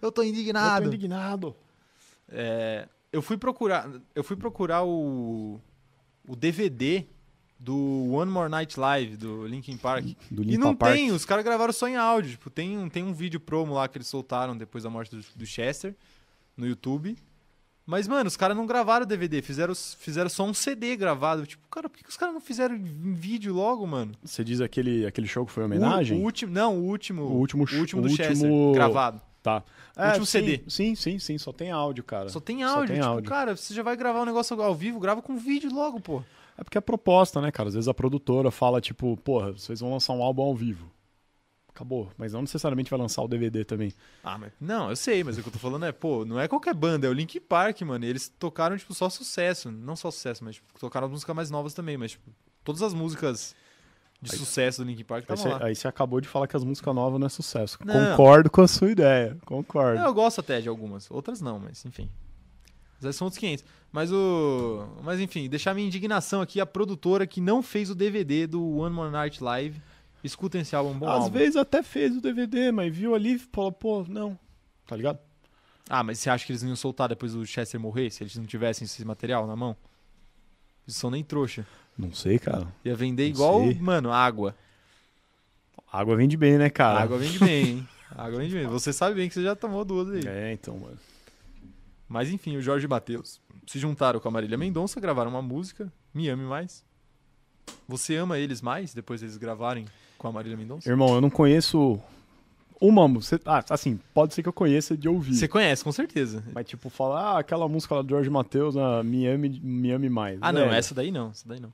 Speaker 1: eu tô indignado!
Speaker 2: Eu tô indignado.
Speaker 1: É, eu fui procurar, eu fui procurar o, o DVD do One More Night Live do Linkin Park.
Speaker 2: Do
Speaker 1: e
Speaker 2: Linkin
Speaker 1: não
Speaker 2: Park.
Speaker 1: tem, os caras gravaram só em áudio. Tipo, tem, um- tem um vídeo promo lá que eles soltaram depois da morte do, do Chester no YouTube. Mas, mano, os caras não gravaram DVD, fizeram, fizeram só um CD gravado. Tipo, cara, por que, que os caras não fizeram em vídeo logo, mano?
Speaker 2: Você diz aquele, aquele show que foi
Speaker 1: O-
Speaker 2: homenagem?
Speaker 1: O, último, não, o último.
Speaker 2: O último
Speaker 1: o último
Speaker 2: o
Speaker 1: do
Speaker 2: último-
Speaker 1: Chester, gravado.
Speaker 2: Tá.
Speaker 1: O último
Speaker 2: sim,
Speaker 1: CD.
Speaker 2: Sim, sim, sim. Só tem áudio, cara.
Speaker 1: Só tem
Speaker 2: É. Só
Speaker 1: áudio.
Speaker 2: tem
Speaker 1: tipo,
Speaker 2: áudio.
Speaker 1: cara, você já vai gravar um negócio ao vivo, grava com vídeo logo, pô.
Speaker 2: É porque é proposta, né, cara? Às vezes a produtora fala, tipo, porra, vocês vão lançar um álbum ao vivo. Acabou. Mas não necessariamente vai lançar o DVD também.
Speaker 1: Ah, mas. Não, eu sei, mas o que eu tô falando é, pô, não é qualquer banda, é o Linkin Park, mano. E eles tocaram, tipo, só sucesso. Não só sucesso, mas tipo, tocaram músicas mais novas também, mas, tipo, todas as músicas de sucesso do Linkin Park
Speaker 2: Aí
Speaker 1: estavam
Speaker 2: você,
Speaker 1: lá.
Speaker 2: aí você acabou de falar que as músicas novas não é sucesso.
Speaker 1: Não. É,
Speaker 2: Concordo com a sua ideia. Concordo.
Speaker 1: Não, eu gosto até de algumas, outras não, mas enfim. Mas aí são outros 500. Mas o. Mas enfim, deixar minha indignação aqui a produtora que não fez o DVD do One More Night Live. Escutem esse álbum, um bom
Speaker 2: Às
Speaker 1: álbum.
Speaker 2: vezes até fez o DVD, mas viu ali e falou, pô, não. Tá ligado?
Speaker 1: Ah, mas você acha que eles não iam soltar depois do Chester morrer, se eles não tivessem esse material na mão? Eles são nem trouxa.
Speaker 2: Não sei, cara.
Speaker 1: Ia vender
Speaker 2: Não
Speaker 1: igual,
Speaker 2: sei.
Speaker 1: mano, água.
Speaker 2: Água vende bem, né, cara?
Speaker 1: Água vende bem, hein? Água vende bem. Você sabe bem que você já tomou duas aí.
Speaker 2: É, então, mano.
Speaker 1: Mas enfim, o Jorge e Mateus se juntaram com a Marília Mendonça, gravaram uma música, Me Ame Mais. Você ama eles mais depois deles gravarem com a Marília Mendonça?
Speaker 2: Irmão, eu não conheço uma música. Ah, assim, pode ser que eu conheça de ouvir.
Speaker 1: Você conhece, com certeza.
Speaker 2: Mas, tipo, falar ah, aquela música lá do Jorge Matheus, ah, me, ame, me ame mais. É.
Speaker 1: Ah, não,
Speaker 2: Velho,
Speaker 1: essa daí não, essa daí não.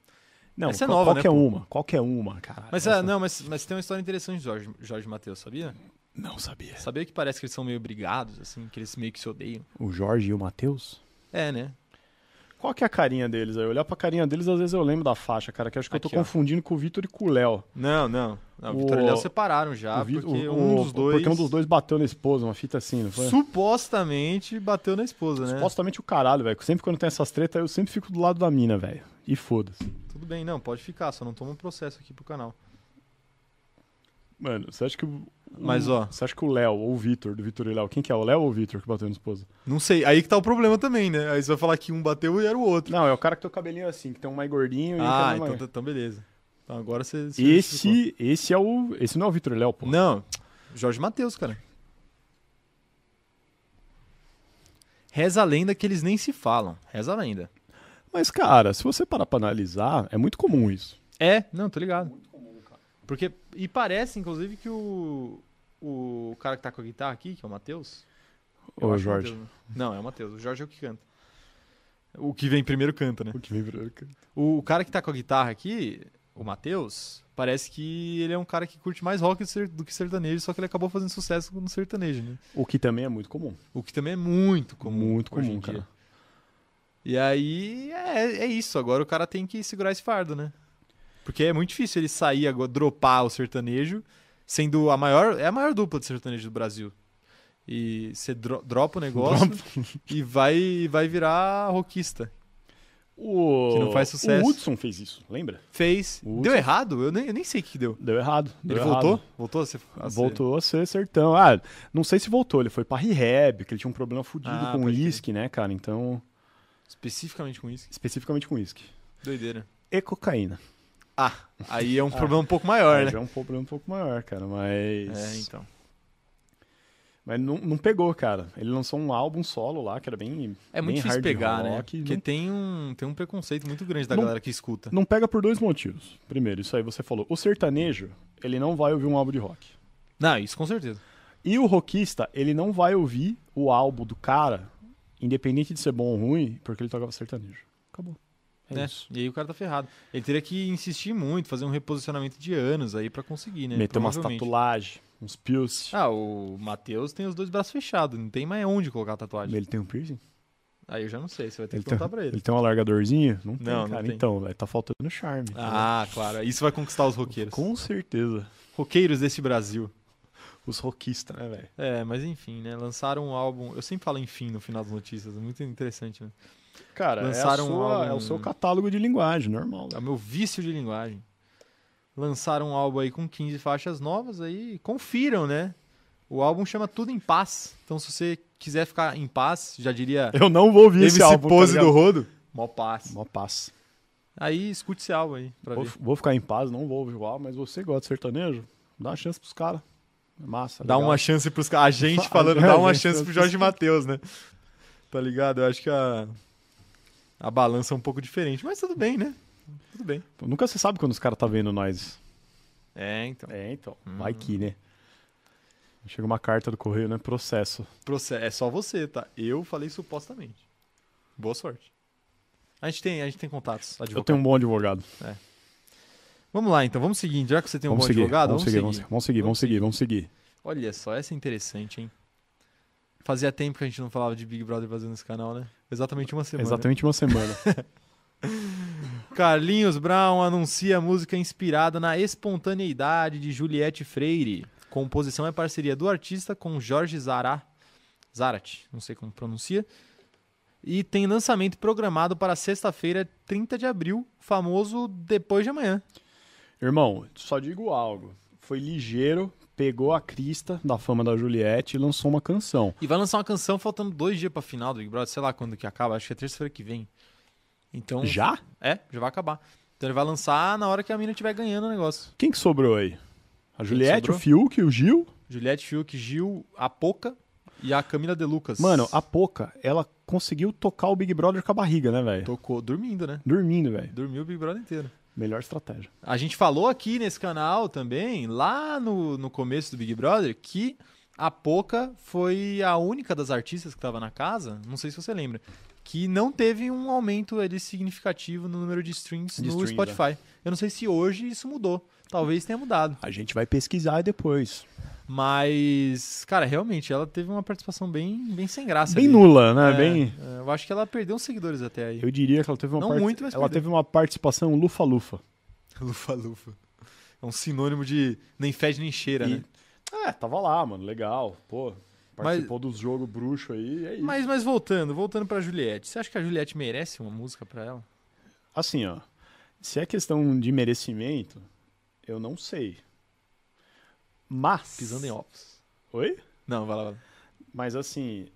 Speaker 2: não,
Speaker 1: essa é
Speaker 2: qual-
Speaker 1: nova, né,
Speaker 2: Qualquer
Speaker 1: pô?
Speaker 2: uma, qualquer uma, cara.
Speaker 1: Mas,
Speaker 2: essa...
Speaker 1: ah, não, mas, mas tem uma história interessante de Jorge, Jorge e Mateus, sabia?
Speaker 2: Não sabia.
Speaker 1: Sabia que parece que eles são meio brigados, assim, que eles meio que se odeiam?
Speaker 2: O Jorge e o Matheus?
Speaker 1: É, né?
Speaker 2: Qual que é a carinha deles aí? Olhar pra carinha deles, às vezes eu lembro da faixa, cara, que eu acho que eu
Speaker 1: Aqui,
Speaker 2: tô
Speaker 1: ó.
Speaker 2: confundindo com o Vitor e com o Léo.
Speaker 1: Não, não. não o
Speaker 2: O-
Speaker 1: Vitor e o Léo separaram já,
Speaker 2: O Vi-
Speaker 1: porque
Speaker 2: o-
Speaker 1: um
Speaker 2: o-
Speaker 1: dos dois...
Speaker 2: Porque um dos dois bateu na esposa, uma fita assim, não foi?
Speaker 1: Supostamente bateu na esposa, né?
Speaker 2: Supostamente o caralho, velho. Sempre quando tem essas tretas, eu sempre fico do lado da mina, velho. E foda-se.
Speaker 1: Tudo bem, não, pode ficar, só não toma um processo aqui pro canal.
Speaker 2: Mano, você acha que o.
Speaker 1: Mas, ó.
Speaker 2: Você acha que o Léo ou o Vitor, do Vitor e Léo, quem que é? O Léo ou o Vitor que bateu na esposa?
Speaker 1: Não sei, aí que tá o problema também, né? Aí você vai falar que um bateu e era o outro.
Speaker 2: Não, é o cara que tem o cabelinho assim, que tem um mais gordinho e um
Speaker 1: ah,
Speaker 2: cara
Speaker 1: então,
Speaker 2: mais...
Speaker 1: tá- então beleza. Então agora você. você justificou.
Speaker 2: Esse, esse é o. Esse não é o Vitor e Léo, pô.
Speaker 1: Não, Jorge Matheus, cara. Reza a lenda que eles nem se falam. Reza a lenda.
Speaker 2: Mas, cara, se você parar pra analisar, é muito comum isso.
Speaker 1: É, não, tô ligado. Porque. E parece, inclusive, que o. O cara que tá com a guitarra aqui, que é o Matheus. eu
Speaker 2: Ô,
Speaker 1: acho o
Speaker 2: Jorge.
Speaker 1: Matheus, né? Não, é o Matheus. O Jorge é o que canta. O que vem primeiro canta, né?
Speaker 2: O que vibra, cara.
Speaker 1: O cara que tá com a guitarra aqui, o Matheus, parece que ele é um cara que curte mais rock do ser- do que sertanejo, só que ele acabou fazendo sucesso no sertanejo, né?
Speaker 2: O que também é muito comum.
Speaker 1: O que também é muito comum.
Speaker 2: Muito
Speaker 1: hoje
Speaker 2: comum,
Speaker 1: em dia.
Speaker 2: cara.
Speaker 1: E aí é, é isso. Agora o cara tem que segurar esse fardo, né? Porque é muito difícil ele sair agora, dropar o sertanejo, sendo a maior. É a maior dupla de sertanejo do Brasil. E você dro- dropa o negócio e vai, vai virar rockista.
Speaker 2: O...
Speaker 1: Que não faz sucesso.
Speaker 2: O Hudson fez isso, lembra?
Speaker 1: Fez.
Speaker 2: Ufa.
Speaker 1: Deu errado? Eu nem, eu nem sei o que que deu.
Speaker 2: Deu errado. deu
Speaker 1: Ele
Speaker 2: errado.
Speaker 1: voltou? Ah, Voltou a ser. a ser-
Speaker 2: Voltou a ser sertão. Ah, não sei se voltou, ele foi pra rehab, que ele tinha um problema fudido
Speaker 1: Ah,
Speaker 2: com o
Speaker 1: pode crer.
Speaker 2: uísque, né, cara? Então,
Speaker 1: Especificamente com isso.
Speaker 2: especificamente com uísque.
Speaker 1: Doideira.
Speaker 2: E cocaína.
Speaker 1: Ah, aí é
Speaker 2: É,
Speaker 1: um problema um pouco maior,
Speaker 2: Aí
Speaker 1: né?
Speaker 2: é
Speaker 1: então.
Speaker 2: Já é um problema um pouco maior, cara, mas...
Speaker 1: É, então.
Speaker 2: Mas não, não pegou, cara. Ele lançou um álbum solo lá, que era bem.
Speaker 1: É muito
Speaker 2: bem
Speaker 1: difícil
Speaker 2: hard
Speaker 1: pegar, né?
Speaker 2: rock,
Speaker 1: Porque
Speaker 2: não-
Speaker 1: tem um, tem um preconceito muito grande da
Speaker 2: Não-
Speaker 1: galera que escuta.
Speaker 2: Não pega por dois motivos. Primeiro, isso aí você falou. O sertanejo, ele não vai ouvir um álbum de rock.
Speaker 1: Não, isso com certeza.
Speaker 2: E o rockista, ele não vai ouvir o álbum do cara, independente de ser bom ou ruim, porque ele tocava sertanejo. Acabou. É
Speaker 1: né?
Speaker 2: isso.
Speaker 1: E aí o cara tá ferrado. Ele teria que insistir muito, fazer um reposicionamento de anos aí pra conseguir, né?
Speaker 2: Meter umas
Speaker 1: Provavelmente.
Speaker 2: tatuagens, uns pills.
Speaker 1: Ah, o Matheus tem os dois braços fechados, não tem mais onde colocar a tatuagem.
Speaker 2: ele tem um piercing?
Speaker 1: Aí eu já não sei, você vai ter que
Speaker 2: tem,
Speaker 1: perguntar pra ele.
Speaker 2: ele tem um alargadorzinho? Não tem,
Speaker 1: Não, não
Speaker 2: cara.
Speaker 1: tem.
Speaker 2: Então, velho, tá faltando charme.
Speaker 1: Ah, claro. Isso vai conquistar os roqueiros.
Speaker 2: Com certeza.
Speaker 1: Roqueiros deste Brasil.
Speaker 2: Os rockistas, né, velho?
Speaker 1: É, mas enfim, né? Lançaram um álbum. Eu sempre falo enfim no final das notícias, é muito interessante, né?
Speaker 2: Cara, é a
Speaker 1: Lançaram um
Speaker 2: sua-
Speaker 1: álbum-
Speaker 2: é o seu catálogo de linguagem, normal.
Speaker 1: É
Speaker 2: né?
Speaker 1: o
Speaker 2: velho.
Speaker 1: meu vício de linguagem. Lançaram um álbum aí com 15 faixas novas aí. Confiram, né? O álbum chama Tudo em Paz. Então, se você quiser ficar em paz, já diria
Speaker 2: Eu não vou ouvir esse
Speaker 1: MC
Speaker 2: álbum. tá
Speaker 1: Pose
Speaker 2: ligado?
Speaker 1: do Rodo. Mó paz.
Speaker 2: Mó paz.
Speaker 1: Aí escute esse álbum aí pra
Speaker 2: Vou,
Speaker 1: ver.
Speaker 2: vou ficar em paz, não vou ouvir o álbum, mas você gosta de sertanejo? Dá uma chance pros caras. É massa.
Speaker 1: tá Dá
Speaker 2: legal.
Speaker 1: uma chance pros caras. A gente falando,
Speaker 2: É,
Speaker 1: dá uma
Speaker 2: gente,
Speaker 1: chance
Speaker 2: eu-
Speaker 1: pro Jorge Matheus, né? Tá ligado? Eu acho que a, a balança é um pouco diferente, mas tudo bem, né? Tudo bem.
Speaker 2: Tipo, Nunca se sabe quando os caras tá vendo nós.
Speaker 1: É, então.
Speaker 2: É, então.
Speaker 1: Hum.
Speaker 2: Vai que, né? Chega uma carta do correio, né? Processo.
Speaker 1: Proce- É só você, tá? Eu falei supostamente. Boa sorte. A gente tem, a gente tem contatos.
Speaker 2: Eu
Speaker 1: advogado.
Speaker 2: tenho um bom advogado.
Speaker 1: Vamos lá, então. Vamos seguir. Já que você tem um
Speaker 2: vamos,
Speaker 1: bom
Speaker 2: seguir,
Speaker 1: advogado,
Speaker 2: vamos, seguir, vamos, vamos seguir,
Speaker 1: Vamos
Speaker 2: vamos seguir, vamos seguir.
Speaker 1: Olha só, essa é interessante, hein? Fazia tempo que a gente não falava de Big Brother Brasil nesse canal, né? Exatamente uma semana.
Speaker 2: Exatamente uma semana.
Speaker 1: Carlinhos Brown anuncia música inspirada na espontaneidade de Juliette Freire. Composição é parceria do artista com Jorge Zara, Zarat, não sei como pronuncia. E tem lançamento programado para sexta-feira, 30 de abril, famoso depois de amanhã.
Speaker 2: Irmão, só digo algo. Foi ligeiro, pegou a crista da fama da Juliette e lançou uma canção.
Speaker 1: E vai lançar uma canção faltando dois dias pra final do Big Brother, sei lá quando que acaba, acho que é terça-feira que vem. Então.
Speaker 2: Já?
Speaker 1: É, já vai acabar. Então ele vai lançar na hora que a mina estiver ganhando o negócio.
Speaker 2: Quem que sobrou aí? A Juliette,
Speaker 1: sobrou?
Speaker 2: o Fiuk, o Gil?
Speaker 1: Juliette Fiuk, Gil, a Poca e a Camila De Lucas.
Speaker 2: Mano, a Poca, ela conseguiu tocar o Big Brother com a barriga, né, velho?
Speaker 1: Tocou dormindo, né?
Speaker 2: Dormindo, velho.
Speaker 1: Dormiu o Big Brother inteiro.
Speaker 2: Melhor estratégia.
Speaker 1: A gente falou aqui nesse canal também, lá no, no começo do Big Brother, que a Poca foi a única das artistas que estava na casa, não sei se você lembra, que não teve um aumento ali significativo no número de streams
Speaker 2: De
Speaker 1: no
Speaker 2: streams, é.
Speaker 1: Spotify. Eu não sei se hoje isso mudou. Talvez tenha mudado.
Speaker 2: A gente vai pesquisar depois.
Speaker 1: Mas, cara, realmente, ela teve uma participação bem, bem sem graça.
Speaker 2: Bem
Speaker 1: ali.
Speaker 2: nula, né?
Speaker 1: É,
Speaker 2: Bem.
Speaker 1: é, Eu acho que ela perdeu uns seguidores até aí.
Speaker 2: Eu diria que ela teve uma
Speaker 1: Não
Speaker 2: parti-
Speaker 1: muito, mas
Speaker 2: ela
Speaker 1: perdeu.
Speaker 2: teve uma participação lufa-lufa.
Speaker 1: Lufa-lufa. É um sinônimo de nem fede nem cheira,
Speaker 2: E-
Speaker 1: né?
Speaker 2: É, tava lá, mano, legal. Pô, participou dos jogos bruxo aí, é isso.
Speaker 1: Mas, mas voltando, voltando pra Juliette. Você acha que a Juliette merece uma música pra ela?
Speaker 2: Assim, ó. Se é questão de merecimento, eu não sei. Mas.
Speaker 1: Pisando em ovos.
Speaker 2: Oi?
Speaker 1: Não, vai lá, vai lá.
Speaker 2: Mas assim,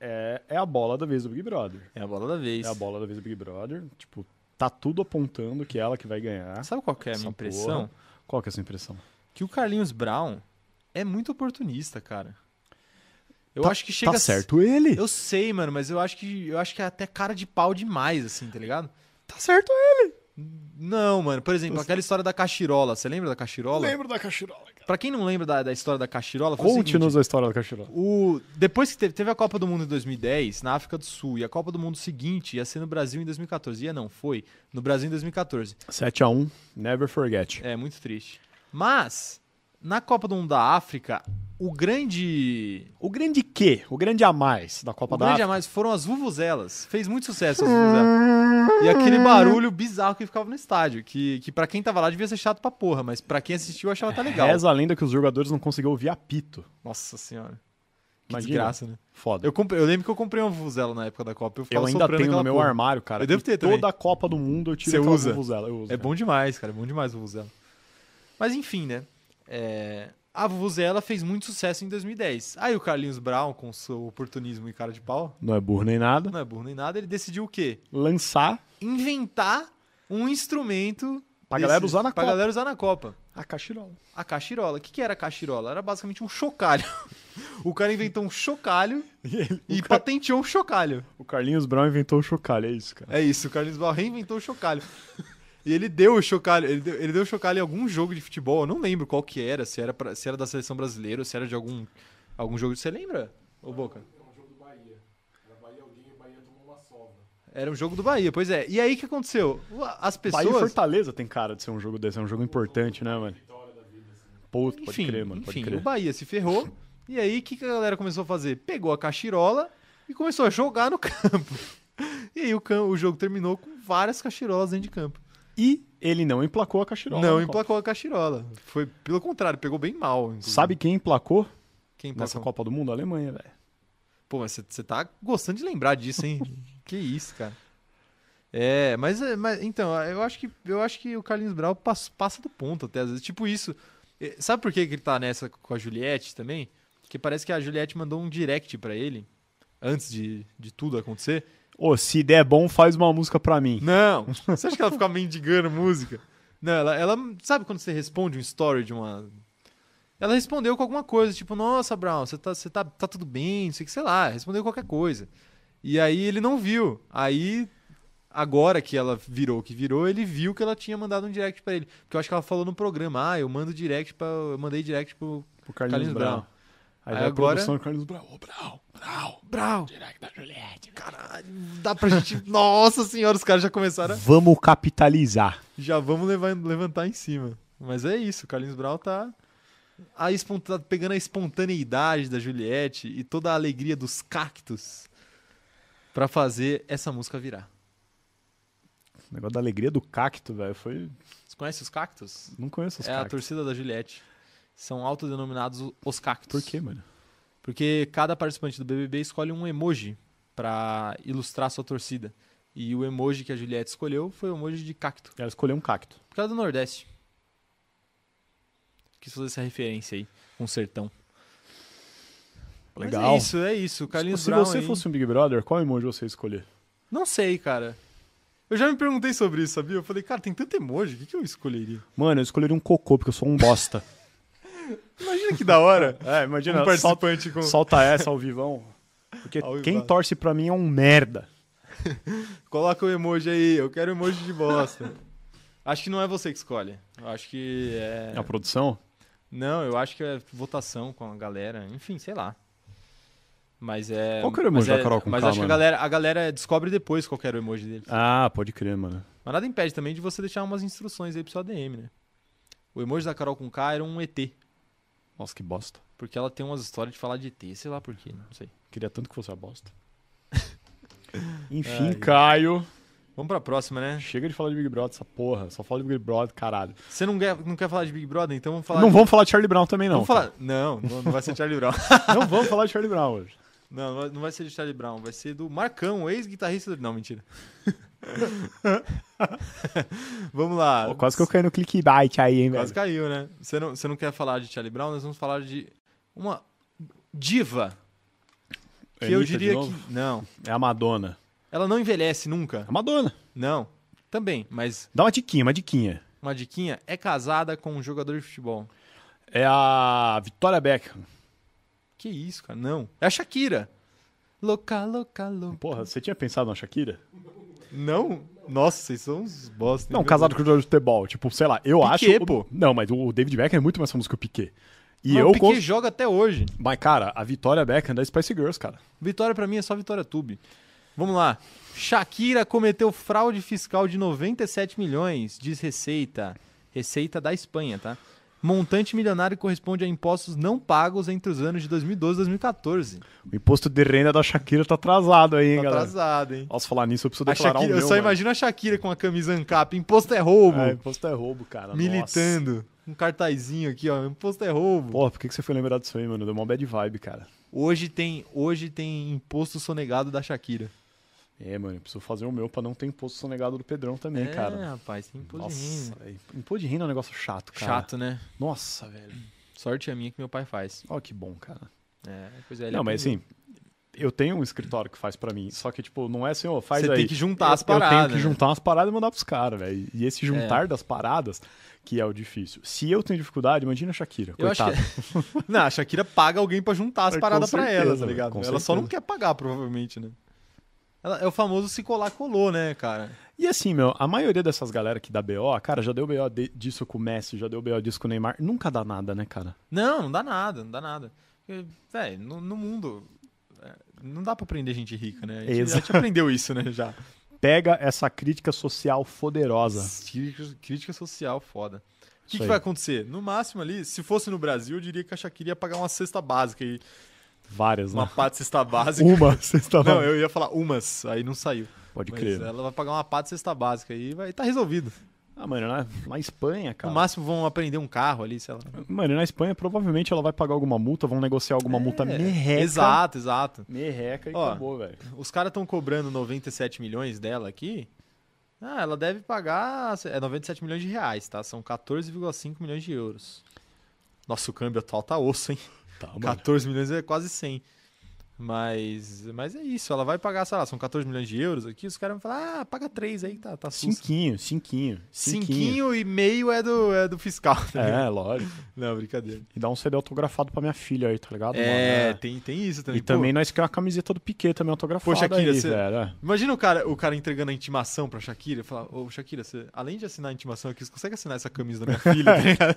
Speaker 2: é, é a bola da vez do Big Brother.
Speaker 1: É a bola da vez.
Speaker 2: É a bola da vez do Big Brother. Tipo, tá tudo apontando que é ela que vai ganhar.
Speaker 1: Sabe qual que é a minha
Speaker 2: Essa
Speaker 1: impressão?
Speaker 2: Qual que é a sua impressão?
Speaker 1: Que o Carlinhos Brown é muito oportunista, cara. Eu
Speaker 2: Tá-
Speaker 1: acho que chega. a
Speaker 2: tá
Speaker 1: s-
Speaker 2: certo ele.
Speaker 1: Eu sei, mano, mas eu acho que eu acho que é até cara de pau demais, assim, tá ligado?
Speaker 2: Tá certo ele.
Speaker 1: Não, mano. Por exemplo, aquela história da Cachirola. Você lembra da Cachirola?
Speaker 2: Lembro da Cachirola, cara.
Speaker 1: Pra quem não lembra da, da história da Cachirola, foi o seguinte,
Speaker 2: Conte-nos a história da Cachirola.
Speaker 1: O, depois que teve, teve a Copa do Mundo em 2010, na África do Sul, e a Copa do Mundo seguinte ia ser no Brasil em 2014. Ia não, foi no Brasil em 2014.
Speaker 2: 7x1, never forget.
Speaker 1: É muito triste. Mas, na Copa do Mundo da África, o grande.
Speaker 2: O grande quê? O grande a mais da
Speaker 1: O
Speaker 2: Copa da
Speaker 1: grande a
Speaker 2: África.
Speaker 1: mais foram as Vuvuzelas. Fez muito sucesso as Vuvuzelas. E aquele barulho bizarro que ficava no estádio, que, que para quem tava lá devia ser chato pra porra, mas pra quem assistiu eu achava até legal.
Speaker 2: Reza a lenda que os jogadores não conseguiam ouvir apito.
Speaker 1: Nossa senhora. Que
Speaker 2: Imagina.
Speaker 1: desgraça, né?
Speaker 2: Foda.
Speaker 1: Eu, comprei- eu lembro que eu comprei uma Vuvuzela na época da Copa. Eu,
Speaker 2: Eu,
Speaker 1: ficava
Speaker 2: ainda
Speaker 1: soprando
Speaker 2: tenho no
Speaker 1: aquela
Speaker 2: meu
Speaker 1: porra.
Speaker 2: armário, cara.
Speaker 1: Eu devo
Speaker 2: E
Speaker 1: ter
Speaker 2: Toda
Speaker 1: também.
Speaker 2: a Copa do Mundo eu tiro
Speaker 1: Você
Speaker 2: aquela
Speaker 1: usa?
Speaker 2: vuvuzela, Eu uso,
Speaker 1: É
Speaker 2: cara.
Speaker 1: bom demais, cara. É bom demais o Vuvuzela. Mas enfim, né? É, A Vuvuzela fez muito sucesso em 2010. Aí o Carlinhos Brown, com seu oportunismo e cara de pau,
Speaker 2: Não é burro nem nada.
Speaker 1: não é burro nem nada, ele decidiu o quê?
Speaker 2: Lançar
Speaker 1: Inventar um instrumento...
Speaker 2: Pra galera usar na
Speaker 1: pra
Speaker 2: Copa.
Speaker 1: galera usar na Copa.
Speaker 2: a Cachirola.
Speaker 1: A Cachirola. O que, que era a Cachirola? Era basicamente um chocalho. O cara inventou um chocalho
Speaker 2: E ele-
Speaker 1: e
Speaker 2: o, Car-
Speaker 1: patenteou um chocalho.
Speaker 2: o Carlinhos Brown inventou o chocalho, é isso, cara.
Speaker 1: É isso, o Carlos Brown reinventou o chocalho. E ele deu o chocalho, ele deu, ele deu o chocalho em algum jogo de futebol, eu não lembro qual que era, se era, pra- se era da seleção brasileira ou se era de algum, algum jogo. Você lembra, ô Boca? Era um jogo do Bahia, pois é. E aí o que aconteceu? As
Speaker 2: Bahia e
Speaker 1: pessoas.
Speaker 2: Fortaleza tem cara de ser um jogo desse, é um jogo importante, né, mano? Puto, pode
Speaker 1: enfim,
Speaker 2: crer, mano, pode
Speaker 1: enfim, o
Speaker 2: crer.
Speaker 1: Bahia se ferrou. E aí, o que, que a galera começou a fazer? Pegou a cachirola e começou a jogar no campo. E aí, o, cam- o jogo terminou com várias cachirolas dentro de campo.
Speaker 2: E ele não emplacou a Cachirola.
Speaker 1: não
Speaker 2: na Copa.
Speaker 1: emplacou a cachirola. Foi, pelo contrário, pegou bem mal. inclusive.
Speaker 2: Sabe quem emplacou
Speaker 1: quem
Speaker 2: nessa
Speaker 1: emplacou?
Speaker 2: Copa do Mundo? A Alemanha, velho.
Speaker 1: Pô, mas você tá gostando de lembrar disso, hein? que isso, cara. É, mas, é, mas então, eu acho que eu acho que o Carlinhos Brau pas- passa do ponto até às vezes. Tipo isso. eh, Sabe por que que ele tá nessa com a Juliette também? Porque parece que a Juliette mandou um direct pra ele antes de, de tudo acontecer.
Speaker 2: Ô, se der bom, faz uma música pra mim.
Speaker 1: Não! Você acha que ela fica mendigando música? Não, ela, ela. Sabe quando você responde um story de uma. Ela respondeu com alguma coisa, tipo, nossa, Brown, você tá, você tá, tá tudo bem, não sei o que, sei lá, respondeu qualquer coisa. E aí ele não viu. Aí, agora que ela virou o que virou, ele viu que ela tinha mandado um direct pra ele. Porque eu acho que ela falou no programa, ah, eu mando direct pra. Eu mandei direct pro
Speaker 2: Pro Carlinhos,
Speaker 1: Carlinhos
Speaker 2: Brown.
Speaker 1: Brown.
Speaker 2: Aí,
Speaker 1: Aí
Speaker 2: vai a
Speaker 1: agora-
Speaker 2: produção do Carlinhos Brown. Ô, Brown, Brown,
Speaker 1: Brau!
Speaker 2: direct da Juliette.
Speaker 1: Caralho, dá pra gente. Nossa senhora, os caras já começaram. a-
Speaker 2: Vamos capitalizar.
Speaker 1: Já vamos levan- levantar em cima. Mas é isso, o Carlinhos Brau tá a esponta- pegando a espontaneidade da Juliette e toda a alegria dos cactos pra fazer essa música virar.
Speaker 2: O negócio da alegria do cacto, velho, foi...
Speaker 1: Você conhece os cactos?
Speaker 2: Não conheço os
Speaker 1: é a
Speaker 2: cactos.
Speaker 1: torcida da Juliette. São autodenominados o- os cactos.
Speaker 2: Por quê, mano?
Speaker 1: Porque cada participante do BBB escolhe um emoji pra ilustrar sua torcida. E o emoji que a Juliette escolheu foi o emoji de cacto.
Speaker 2: Ela escolheu um cacto.
Speaker 1: Por causa do Nordeste. Quis fazer essa referência aí com o sertão. Mas
Speaker 2: Legal.
Speaker 1: é isso, é isso. O Carlinhos
Speaker 2: se
Speaker 1: Brown
Speaker 2: você
Speaker 1: aí-
Speaker 2: fosse um Big Brother, qual emoji você ia escolher?
Speaker 1: Não sei, cara. Eu já me perguntei sobre isso, sabia? Eu falei, cara, tem tanto emoji, o que, que eu escolheria?
Speaker 2: Mano, eu escolheria um cocô, porque eu sou um bosta.
Speaker 1: Imagina que da hora.
Speaker 2: é, imagina,
Speaker 1: um participante com...
Speaker 2: solta essa ao vivão. Porque
Speaker 1: Ao
Speaker 2: quem
Speaker 1: vivaço.
Speaker 2: torce pra mim é um merda.
Speaker 1: Coloca o emoji aí, eu quero emoji de bosta. acho que não é você que escolhe. Eu acho que é...
Speaker 2: É. A produção?
Speaker 1: Não, eu acho que é votação com a galera, enfim, sei lá. Mas é.
Speaker 2: Qual que era o
Speaker 1: mas
Speaker 2: emoji da
Speaker 1: é-
Speaker 2: Carol com
Speaker 1: Mas
Speaker 2: K,
Speaker 1: acho que a
Speaker 2: mano?
Speaker 1: galera, a galera descobre depois qual que era o emoji dele.
Speaker 2: Ah, pode crer, mano.
Speaker 1: Mas nada impede também de você deixar umas instruções aí pro seu ADM, né? O emoji da Carol com K era um ET.
Speaker 2: Nossa, que bosta.
Speaker 1: Porque ela tem umas histórias de falar de ET, sei lá porquê, não sei.
Speaker 2: Queria tanto que fosse a bosta. Enfim,
Speaker 1: Ai.
Speaker 2: Caio.
Speaker 1: Vamos pra próxima, né?
Speaker 2: Chega de falar de Big Brother, essa porra. Só fala de Big Brother, caralho.
Speaker 1: Você não quer, não quer falar de Big Brother, então vamos falar.
Speaker 2: não
Speaker 1: de...
Speaker 2: vamos falar de Charlie Brown também, não.
Speaker 1: Vamos falar. Não, não não vai ser de Charlie Brown.
Speaker 2: cara. Não vamos falar de Charlie Brown hoje.
Speaker 1: Não, não vai- não vai ser de Charlie Brown, vai ser do Marcão, ex-guitarrista. do- Não, mentira. vamos lá.
Speaker 2: Pô, Ah, quase que eu caí no clickbait aí, hein,
Speaker 1: Quase
Speaker 2: velho.
Speaker 1: caiu, né? Você não, você não quer falar de Charlie Brown, nós vamos falar de uma diva. Que eu
Speaker 2: É Anitta, de
Speaker 1: diria
Speaker 2: novo?
Speaker 1: que. Não.
Speaker 2: É a Madonna.
Speaker 1: Ela não envelhece nunca.
Speaker 2: É A Madonna.
Speaker 1: Não. Também, mas
Speaker 2: Dá uma diquinha, uma diquinha.
Speaker 1: uma diquinha é casada com um jogador de futebol.
Speaker 2: É a Vitória Beckham.
Speaker 1: Que isso, cara? Não. É a Shakira. Louca, louca, louca.
Speaker 2: Porra, você tinha pensado na Shakira?
Speaker 1: Não? Nossa, vocês são uns bosta. hein,
Speaker 2: Não,
Speaker 1: meu
Speaker 2: casado com jogador de futebol. Tipo, sei lá, eu acho.
Speaker 1: Piquet,
Speaker 2: o-
Speaker 1: pô.
Speaker 2: Não, mas o David Beckham é muito mais famoso que o Piquet.
Speaker 1: Deus.
Speaker 2: E
Speaker 1: Mas
Speaker 2: eu.
Speaker 1: o Piquet
Speaker 2: cons-
Speaker 1: joga até hoje.
Speaker 2: Mas, cara, a Vitória Beckham é da Spice Girls, cara.
Speaker 1: Vitória pra mim é só Vitória Tube. Vamos lá. Shakira cometeu fraude fiscal de 97 milhões, diz Receita. Receita da Espanha, tá? Montante milionário corresponde a impostos não pagos entre os anos de 2012 e 2014.
Speaker 2: O imposto de renda da Shakira tá atrasado aí, hein,
Speaker 1: Tá
Speaker 2: galera.
Speaker 1: atrasado, hein?
Speaker 2: Nossa, falar nisso, eu preciso
Speaker 1: A
Speaker 2: declarar
Speaker 1: Shakira-
Speaker 2: o meu,
Speaker 1: eu só
Speaker 2: mano.
Speaker 1: imagino a Shakira com a camisa ANCAP. Imposto é roubo.
Speaker 2: É, imposto é roubo, cara. Nossa.
Speaker 1: militando. Um cartazinho aqui, ó. Imposto é roubo.
Speaker 2: Porra, por que que você foi lembrar disso aí, mano? Deu uma bad vibe, cara.
Speaker 1: Hoje tem, hoje tem imposto sonegado da Shakira.
Speaker 2: É, mano, eu preciso fazer o meu pra não ter imposto sonegado do Pedrão também,
Speaker 1: É,
Speaker 2: cara.
Speaker 1: rapaz, tem imposto de
Speaker 2: Nossa,
Speaker 1: renda.
Speaker 2: velho. imposto de renda é um negócio chato, cara.
Speaker 1: Chato, né?
Speaker 2: Nossa, velho.
Speaker 1: Sorte a minha que meu pai faz.
Speaker 2: Olha que bom, cara.
Speaker 1: É, pois é. ele
Speaker 2: Não, mas
Speaker 1: aprendeu.
Speaker 2: assim, eu tenho um escritório que faz pra mim, só que, tipo, não é assim, ó, faz
Speaker 1: Você
Speaker 2: aí.
Speaker 1: tem que juntar
Speaker 2: Eu-
Speaker 1: as paradas. né? É.
Speaker 2: Eu tenho que juntar umas paradas e mandar pros caras, velho. E esse juntar das paradas, que é o difícil. Se eu tenho dificuldade, imagina a Shakira,
Speaker 1: Eu acho
Speaker 2: coitada.
Speaker 1: que... Não, a Shakira paga alguém pra juntar as
Speaker 2: É, com
Speaker 1: paradas pra ela, tá
Speaker 2: certeza,
Speaker 1: ligado?
Speaker 2: com
Speaker 1: Ela só não
Speaker 2: certeza.
Speaker 1: quer pagar, provavelmente, né? Ela- é o famoso se colar, colou, né, cara?
Speaker 2: E assim, meu, a maioria dessas galera que dá BO, cara, já deu BO de- disso com o Messi, já deu BO disso com o Neymar, nunca dá nada, né, cara?
Speaker 1: Não, não dá nada, não dá nada. Porque, Véi, no, no mundo. é, Não dá pra prender gente rica, né? A gente, a
Speaker 2: Exato.
Speaker 1: gente aprendeu isso, né? Já.
Speaker 2: Pega essa crítica social foderosa.
Speaker 1: Crítica, crítica social foda. O que,
Speaker 2: Isso
Speaker 1: que
Speaker 2: aí.
Speaker 1: vai acontecer? No máximo ali, se fosse no Brasil, eu diria que a Shakira ia pagar uma cesta básica aí.
Speaker 2: Várias,
Speaker 1: Uma
Speaker 2: né?
Speaker 1: pá de cesta básica.
Speaker 2: Uma, vocês estavam.
Speaker 1: Não, eu é. ia falar umas, aí não saiu.
Speaker 2: Pode
Speaker 1: Mas
Speaker 2: crer.
Speaker 1: ela vai pagar uma pá de cesta básica aí e vai, tá resolvido.
Speaker 2: Ah, mano, na, na Espanha, cara.
Speaker 1: No máximo vão aprender um carro ali, sei lá.
Speaker 2: Mano, na Espanha provavelmente ela vai pagar alguma multa, vão negociar alguma multa
Speaker 1: É,
Speaker 2: merreca.
Speaker 1: Exato, exato.
Speaker 2: Merreca e
Speaker 1: Ó.
Speaker 2: acabou, velho.
Speaker 1: Os caras estão cobrando 97 milhões dela aqui. Ah, ela deve pagar é 97 milhões de reais, tá? São 14,5 milhões de euros. Nosso câmbio atual tá osso, hein?
Speaker 2: Tá,
Speaker 1: 14 milhões é quase 100. Mas, mas é isso, ela vai pagar, sei lá, são 14 milhões de euros aqui, os caras vão falar, ah, paga 3 aí, tá, tá susto.
Speaker 2: Cinquinho, cinquinho. Cinquinho.
Speaker 1: Cinquinho e meio é do, é do fiscal. tá ligado?
Speaker 2: É, lógico.
Speaker 1: Não, brincadeira.
Speaker 2: E dá um CD autografado pra minha filha aí, tá ligado?
Speaker 1: É,
Speaker 2: mano?
Speaker 1: tem, tem isso também.
Speaker 2: E
Speaker 1: Pô,
Speaker 2: também nós queremos a camiseta do Piquet também autografada
Speaker 1: Poxa, Kira,
Speaker 2: aí,
Speaker 1: você-
Speaker 2: velho. é.
Speaker 1: Imagina o cara, o cara entregando a intimação pra Shakira e falar, ô Shakira, você, além de assinar a intimação aqui, você consegue assinar essa camisa da minha filha? tá
Speaker 2: É.
Speaker 1: ligado?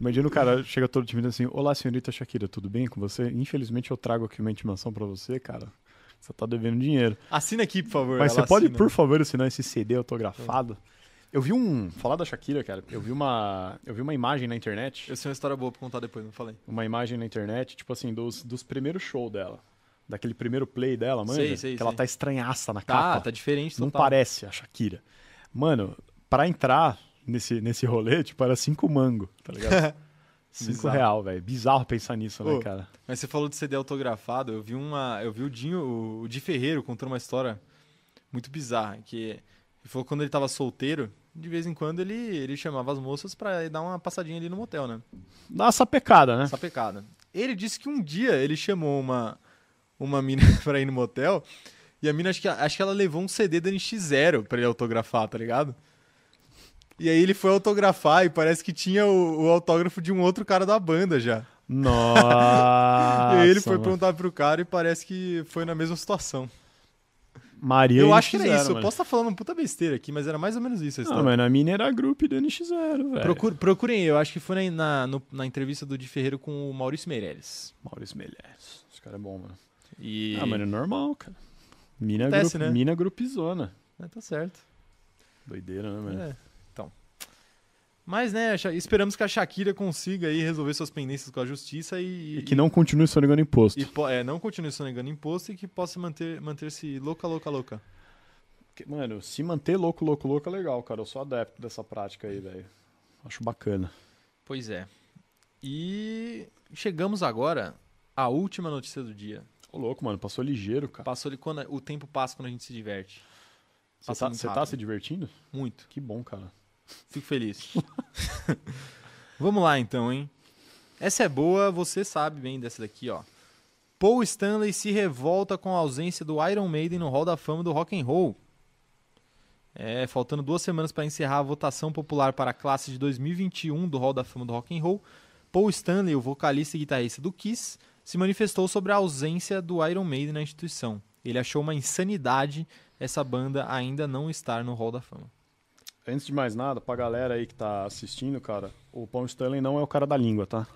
Speaker 2: Imagina o cara chega todo tímido assim, olá, senhorita Shakira, tudo bem com você? Infelizmente eu trago aqui uma intimação pra você, cara. Você tá devendo dinheiro.
Speaker 1: Assina aqui, por favor.
Speaker 2: Mas
Speaker 1: ela assim, né?
Speaker 2: você pode,
Speaker 1: assina.
Speaker 2: por favor, assinar esse CD autografado? Eu vi um... Falar da Shakira, cara. Eu vi uma, eu vi uma imagem na internet.
Speaker 1: Eu sei uma história boa pra contar depois, não falei.
Speaker 2: uma imagem na internet, tipo assim, dos, dos primeiros shows dela. Daquele primeiro play dela, manja?
Speaker 1: Sei, sei,
Speaker 2: que ela
Speaker 1: sei.
Speaker 2: tá estranhaça na
Speaker 1: Tá,
Speaker 2: capa.
Speaker 1: tá diferente
Speaker 2: Não
Speaker 1: total.
Speaker 2: parece a Shakira. Mano, pra entrar nesse, nesse rolê, tipo, era cinco mango, tá ligado? cinco
Speaker 1: Bizarro.
Speaker 2: real, velho. Bizarro pensar nisso,
Speaker 1: Ô,
Speaker 2: né, cara?
Speaker 1: Mas você falou de CD autografado, eu vi uma. Eu vi o Dinho, o- o Di Ferreiro contando uma história muito bizarra. Que ele falou que quando ele tava solteiro, de vez em quando ele, ele chamava as moças pra ir dar uma passadinha ali no motel, né?
Speaker 2: Dá uma sapecada, né?
Speaker 1: Sapecada. Ele disse que um dia ele chamou uma, uma mina pra ir no motel. E a mina, acho que, acho que ela levou um CD da NX0 pra ele autografar, tá ligado? E aí ele foi autografar e parece que tinha o, o autógrafo de um outro cara da banda já.
Speaker 2: Nossa.
Speaker 1: e aí ele foi
Speaker 2: mano.
Speaker 1: perguntar pro cara e parece que foi na mesma situação.
Speaker 2: Maria
Speaker 1: eu acho que era
Speaker 2: NX0,
Speaker 1: isso. Eu
Speaker 2: mano.
Speaker 1: posso estar falando uma puta besteira aqui, mas era mais ou menos isso a
Speaker 2: Não, é.
Speaker 1: história.
Speaker 2: mano, a mina era grupo do NX0, velho.
Speaker 1: Procure- procurem, eu acho que foi na, na, no- na entrevista do Di Ferreiro com o Maurício Meirelles.
Speaker 2: Maurício Meirelles. Esse cara é bom, mano.
Speaker 1: E...
Speaker 2: Ah, mano, é normal, cara. Mina,
Speaker 1: Acontece,
Speaker 2: grupo,
Speaker 1: né?
Speaker 2: mina grupizona.
Speaker 1: É, tá certo.
Speaker 2: Doideira, né, mano?
Speaker 1: É, então. Mas, né, Sha- esperamos que a Shakira consiga aí resolver suas pendências com a justiça e,
Speaker 2: E que não continue sonegando imposto.
Speaker 1: e po- é, não continue sonegando imposto e que possa manter- manter-se louca, louca, louca.
Speaker 2: Que- Mano, se manter louco, louco, louco é legal, cara. Eu sou adepto dessa prática aí, velho. Acho bacana.
Speaker 1: Pois é. E chegamos agora à última notícia do dia.
Speaker 2: Ô, louco, mano. Passou ligeiro, cara.
Speaker 1: Passou ali quando o tempo passa quando a gente se diverte.
Speaker 2: Você
Speaker 1: passa
Speaker 2: tá,
Speaker 1: muito
Speaker 2: você tá
Speaker 1: rápido.
Speaker 2: se divertindo?
Speaker 1: Muito.
Speaker 2: Que bom, cara.
Speaker 1: Fico feliz. Vamos lá então, hein? Essa é boa, você sabe bem dessa daqui, ó. Paul Stanley se revolta com a ausência do Iron Maiden no Hall da Fama do Rock and Roll. É, faltando duas semanas para encerrar a votação popular para a classe de 2021 do Hall da Fama do Rock and Roll, Paul Stanley, o vocalista e guitarrista do Kiss, se manifestou sobre a ausência do Iron Maiden na instituição. Ele achou uma insanidade essa banda ainda não estar no Hall da Fama.
Speaker 2: Antes de mais nada, pra galera aí que tá assistindo, cara, o Paul Stanley não é o cara da língua, tá?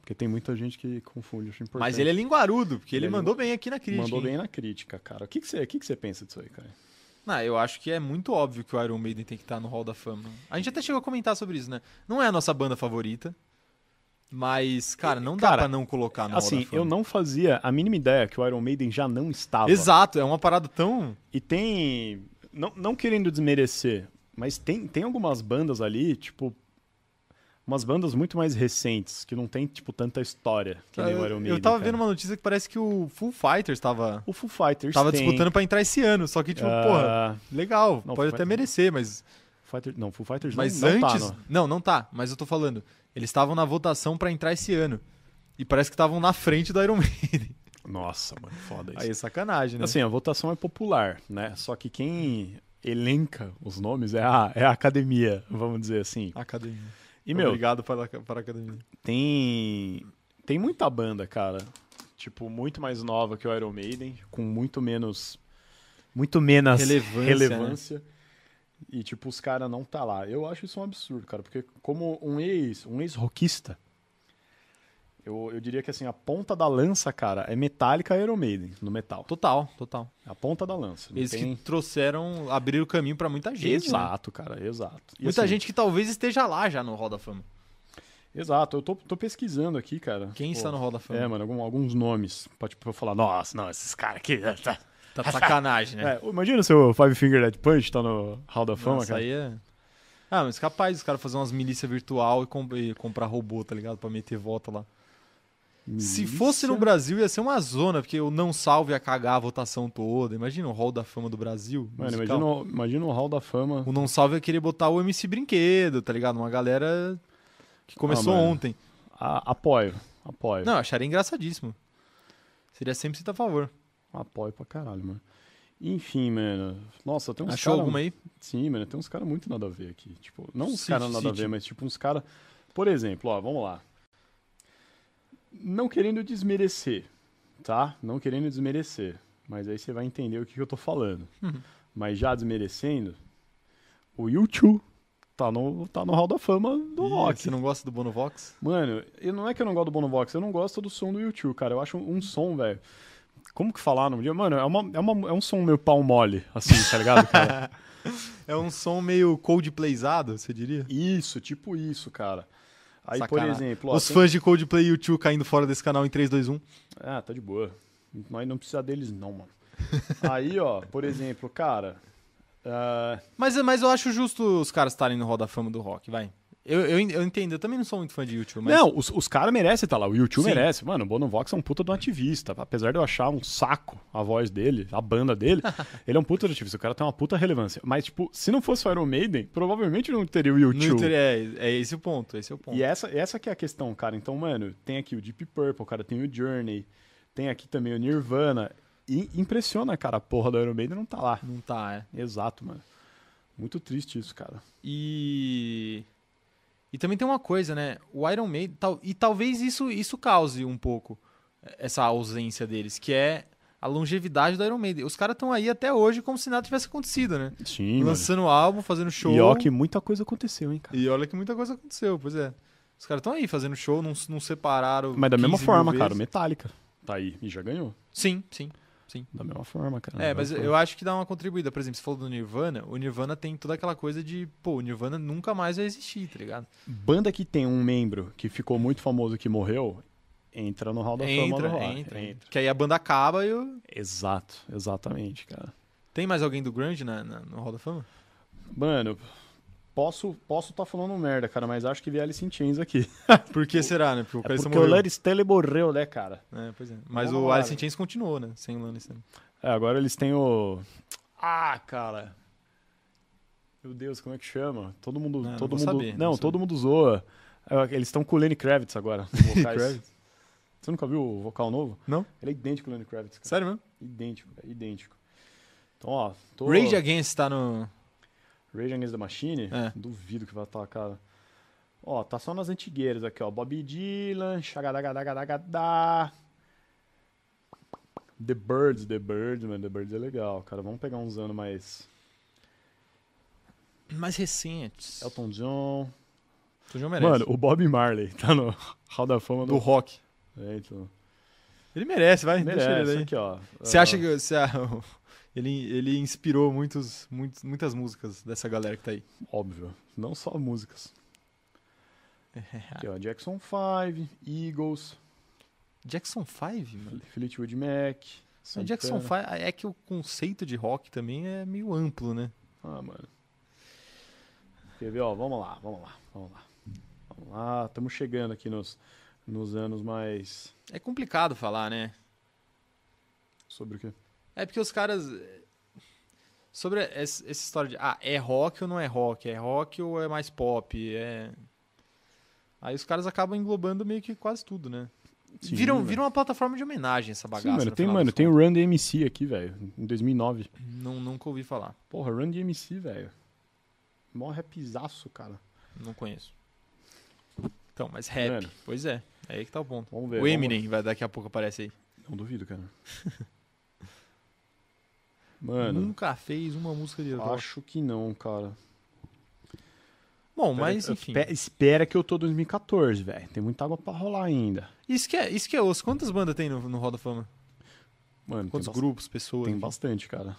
Speaker 2: Porque tem muita gente que confunde, acho importante.
Speaker 1: Mas ele é linguarudo, porque ele,
Speaker 2: Ele é
Speaker 1: mandou bem aqui na crítica.
Speaker 2: Mandou
Speaker 1: hein?
Speaker 2: bem na crítica, cara. O que, que, você, o que, que você pensa disso aí, cara?
Speaker 1: Ah, eu acho que é muito óbvio que o Iron Maiden tem que estar no Hall da Fama. A gente até chegou a comentar sobre isso, né? Não é a nossa banda favorita, mas, cara, não dá
Speaker 2: Cara,
Speaker 1: pra não colocar no Hall
Speaker 2: assim,
Speaker 1: da Fama.
Speaker 2: eu não fazia a mínima ideia que o Iron Maiden já não estava.
Speaker 1: Exato, é uma parada tão...
Speaker 2: E tem. Não, não querendo desmerecer, mas tem, tem algumas bandas ali, tipo. Umas bandas muito mais recentes, que não tem, tipo, tanta história que nem o Iron Maiden.
Speaker 1: eu tava
Speaker 2: cara.
Speaker 1: vendo uma notícia que parece que o Full Fighters tava,
Speaker 2: O Foo Fighters.
Speaker 1: tava
Speaker 2: tem,
Speaker 1: disputando pra entrar esse ano, só que, tipo,
Speaker 2: ah,
Speaker 1: porra, legal,
Speaker 2: não,
Speaker 1: pode
Speaker 2: Foo
Speaker 1: até
Speaker 2: Fighters-
Speaker 1: merecer, mas,
Speaker 2: Fighter- não, Foo Fighters não-
Speaker 1: mas
Speaker 2: não,
Speaker 1: antes...
Speaker 2: tá, não.
Speaker 1: não, não tá, mas eu tô falando, eles estavam na votação pra entrar esse ano. E parece que estavam na frente do Iron Maiden.
Speaker 2: Nossa, mano, foda isso.
Speaker 1: Aí é sacanagem, né?
Speaker 2: Assim, a votação é popular, né? Só que quem elenca os nomes é a, é a academia, vamos dizer assim.
Speaker 1: Academia.
Speaker 2: E, meu,
Speaker 1: Obrigado para, para a academia.
Speaker 2: tem tem muita banda, cara. Tipo, muito mais nova que o Iron Maiden, com muito menos muito menos
Speaker 1: Relevância, né?
Speaker 2: relevância. E tipo, os caras não tá lá. Eu acho isso um absurdo, cara, porque como um ex, um ex-rockista, eu, eu diria que assim, a ponta da lança, cara, é metálica Iron Maiden no metal.
Speaker 1: Total, total.
Speaker 2: A ponta da lança. não
Speaker 1: Eles
Speaker 2: tem-
Speaker 1: que trouxeram, abriram o caminho para muita gente. né?
Speaker 2: Exato, cara, exato. E,
Speaker 1: Muita
Speaker 2: assim,
Speaker 1: gente que talvez esteja lá já no Hall da Fama.
Speaker 2: Exato, eu tô, tô pesquisando aqui, cara.
Speaker 1: Quem
Speaker 2: Pô,
Speaker 1: está no Hall da Fama?
Speaker 2: É, mano, algum- alguns nomes. Pra, tipo, eu falar, nossa, não, esses caras aqui. ah, Tá.
Speaker 1: Tá de sacanagem, né?
Speaker 2: É, imagina se o Five Finger Dead Punch tá no Hall da Fama,
Speaker 1: Nossa,
Speaker 2: cara.
Speaker 1: aí é... Ah, mas capaz os caras fazer umas milícias virtual e, comp- e comprar robô, tá ligado? Pra meter voto lá. Se fosse no Brasil, ia ser uma zona, porque o não salve ia cagar a votação toda. Imagina o Hall da Fama do Brasil.
Speaker 2: Mano,
Speaker 1: musical.
Speaker 2: imagina, o- imagina o Hall da Fama.
Speaker 1: O não salve ia querer botar o MC Brinquedo, tá ligado? Uma galera que começou
Speaker 2: mano.
Speaker 1: ontem.
Speaker 2: A- apoio, apoio.
Speaker 1: Não, eu acharia engraçadíssimo. Seria sempre cita a favor.
Speaker 2: Apoio pra caralho, mano. Enfim, mano. Nossa, tem uns
Speaker 1: Achou
Speaker 2: cara-
Speaker 1: alguma aí?
Speaker 2: Sim, mano, tem uns caras muito nada a ver aqui. Tipo, não uns
Speaker 1: Cite,
Speaker 2: caras nada a
Speaker 1: cite.
Speaker 2: ver, mas tipo uns caras. Por exemplo, ó, vamos lá. Não querendo desmerecer, tá? Não querendo desmerecer. Mas aí você vai entender o que, que eu tô falando.
Speaker 1: Uhum.
Speaker 2: Mas já desmerecendo, o YouTube tá no, tá no Hall da Fama do
Speaker 1: Ih,
Speaker 2: rock.
Speaker 1: Você não gosta do Bono Vox?
Speaker 2: Mano, eu, não é que eu não gosto do Bono Vox, eu não gosto do som do YouTube, cara. Eu acho um, um som, velho. Como que falar no dia? Mano, é, uma, é, uma, é um som meio pau mole, assim, tá ligado, cara?
Speaker 1: É um som meio coldplayzado, você diria?
Speaker 2: Isso, tipo isso, cara. Aí,
Speaker 1: Sacanagem.
Speaker 2: por exemplo, ó,
Speaker 1: Os
Speaker 2: tem-
Speaker 1: fãs de Coldplay e U2 caindo fora desse canal em um. 3, 2, 1.
Speaker 2: Ah, tá de boa. Nós não precisa deles, não, mano. Aí, ó, por exemplo, cara. ah,
Speaker 1: Mas, mas eu acho justo os caras estarem no Hall da Fama do Rock, vai. Eu, eu, en- eu entendo, eu também não sou muito fã de YouTube, mas.
Speaker 2: Não, os, os caras merecem estar lá, o YouTube
Speaker 1: Sim.
Speaker 2: merece. Mano, o Bono Vox é um puta de um ativista. Apesar de eu achar um saco a voz dele, a banda dele, ele é um puta de ativista. O cara tem uma puta relevância. Mas, tipo, se não fosse o Iron Maiden, provavelmente não teria o
Speaker 1: No
Speaker 2: YouTube.
Speaker 1: YouTube é, é esse o ponto, esse é o ponto.
Speaker 2: E essa, essa que é a questão, cara. Então, mano, tem aqui o Deep Purple, cara, tem o Journey, tem aqui também o Nirvana. E impressiona, cara, a porra do Iron Maiden não tá lá.
Speaker 1: Não tá, é.
Speaker 2: Exato, mano. Muito triste isso, cara.
Speaker 1: E. E também tem uma coisa, né? O Iron Maiden. tal- e talvez isso, isso cause um pouco essa ausência deles, que é a longevidade do Iron Maiden. Os caras estão aí até hoje como se nada tivesse acontecido, né?
Speaker 2: Sim,
Speaker 1: Lançando álbum, fazendo show.
Speaker 2: E ó que muita coisa aconteceu, hein, cara.
Speaker 1: E olha que muita coisa aconteceu, pois é. Os caras estão aí fazendo show, não, não separaram.
Speaker 2: Mas da mesma
Speaker 1: 15 mil
Speaker 2: forma,
Speaker 1: vezes.
Speaker 2: cara, o Metallica tá aí e já ganhou.
Speaker 1: Sim, sim.
Speaker 2: Da mesma forma, cara.
Speaker 1: É,
Speaker 2: Ah, Da
Speaker 1: mas
Speaker 2: mesma
Speaker 1: eu acho que dá uma contribuída. Por exemplo, você falou do Nirvana, o Nirvana tem toda aquela coisa de, pô, o Nirvana nunca mais vai existir, tá ligado?
Speaker 2: forma. Banda que tem um membro que ficou muito famoso que morreu, entra no Hall da Fama do
Speaker 1: Entra,
Speaker 2: rock.
Speaker 1: entra, Que aí a banda acaba e o.
Speaker 2: Exato, exatamente, cara.
Speaker 1: Tem mais alguém do grunge na, na- no Hall da Fama?
Speaker 2: Mano, posso posso tá falando merda, cara, mas acho que vi Alice in Chains aqui.
Speaker 1: Por que será, né? Porque o
Speaker 2: É
Speaker 1: Clarissa
Speaker 2: porque o
Speaker 1: morreu.
Speaker 2: Larry Stanley morreu, né, cara?
Speaker 1: É, pois é. Mas
Speaker 2: Vamos
Speaker 1: o
Speaker 2: lá,
Speaker 1: Alice in
Speaker 2: né?
Speaker 1: Chains continuou, né? Sem o Lannister.
Speaker 2: É, agora eles têm o. Ah, cara. Meu Deus, como é que chama? Todo mundo.
Speaker 1: Não,
Speaker 2: todo
Speaker 1: não
Speaker 2: mundo.
Speaker 1: vou saber, não
Speaker 2: não,
Speaker 1: vou
Speaker 2: todo mundo zoa. É, Eles estão com o Lenny Kravitz agora. os vocais.
Speaker 1: Kravitz?
Speaker 2: Você nunca viu o vocal novo?
Speaker 1: Não?
Speaker 2: Ele é idêntico ao Lenny Kravitz, cara.
Speaker 1: Sério mesmo?
Speaker 2: Idêntico, cara, idêntico. Então, ó. Tô...
Speaker 1: Rage Against tá no.
Speaker 2: Rage Against the Machine?
Speaker 1: É.
Speaker 2: Duvido que vai estar, cara. Ó, tá só nas antigueiras aqui, ó. Bob Dylan, xagadagadagagadá. The Birds, The Birds, mano. The Birds é legal, cara. Vamos pegar uns anos mais.
Speaker 1: Mais recentes.
Speaker 2: Elton John.
Speaker 1: Tu já merece.
Speaker 2: É Mano, o Bob Marley tá no Hall da Fama
Speaker 1: do
Speaker 2: do.
Speaker 1: rock.
Speaker 2: É, então.
Speaker 1: Ele merece, vai. Deixa ele
Speaker 2: Merece
Speaker 1: aí.
Speaker 2: aqui, ó.
Speaker 1: Você
Speaker 2: Ah,
Speaker 1: acha que você- ele, ele inspirou muitos, muitos- muitas músicas dessa galera que tá aí?
Speaker 2: Óbvio. Não só músicas. Aqui, ó. Jackson 5, Eagles,
Speaker 1: Jackson 5, mano.
Speaker 2: Fleetwood Mac.
Speaker 1: Mas Jackson 5 é que o conceito de rock também é meio amplo, né?
Speaker 2: Ah, mano. Quer ver, ó? Vamos lá, vamos lá, vamos lá. Vamos lá, estamos chegando aqui nos, nos anos mais.
Speaker 1: É complicado falar, né?
Speaker 2: Sobre o quê?
Speaker 1: É porque os caras eh, sobre es- essa história de ah, é rock ou não é rock, é rock ou é mais pop, é Aí os caras acabam englobando meio que quase tudo, né?
Speaker 2: Sim,
Speaker 1: Viram,
Speaker 2: velho.
Speaker 1: viram uma plataforma de homenagem essa bagaça.
Speaker 2: Sim, mano,
Speaker 1: no
Speaker 2: tem,
Speaker 1: final
Speaker 2: mano,
Speaker 1: das
Speaker 2: tem o Run DMC aqui, velho, em 2009.
Speaker 1: contas. Não, nunca ouvi falar.
Speaker 2: Porra, Run DMC, velho. Mó rapzaço, cara.
Speaker 1: Não conheço. Então, mas rap.
Speaker 2: Mano.
Speaker 1: Pois é. É aí que tá o ponto.
Speaker 2: Vamos ver.
Speaker 1: o
Speaker 2: vamos-
Speaker 1: Eminem vai daqui a pouco aparece aí.
Speaker 2: Não duvido, cara. Mano,
Speaker 1: Nunca fez uma música de rock.
Speaker 2: acho que não, cara.
Speaker 1: Bom, mas
Speaker 2: Espera-
Speaker 1: enfim.
Speaker 2: espe- Espera que eu tô 2014, velho. Tem muita água pra rolar ainda.
Speaker 1: Isso que é, isso que é osso. Quantas bandas tem no, no Roda Fama?
Speaker 2: Mano,
Speaker 1: Quantos
Speaker 2: tem, bas-
Speaker 1: grupos, pessoas?
Speaker 2: tem
Speaker 1: enfim.
Speaker 2: bastante, cara.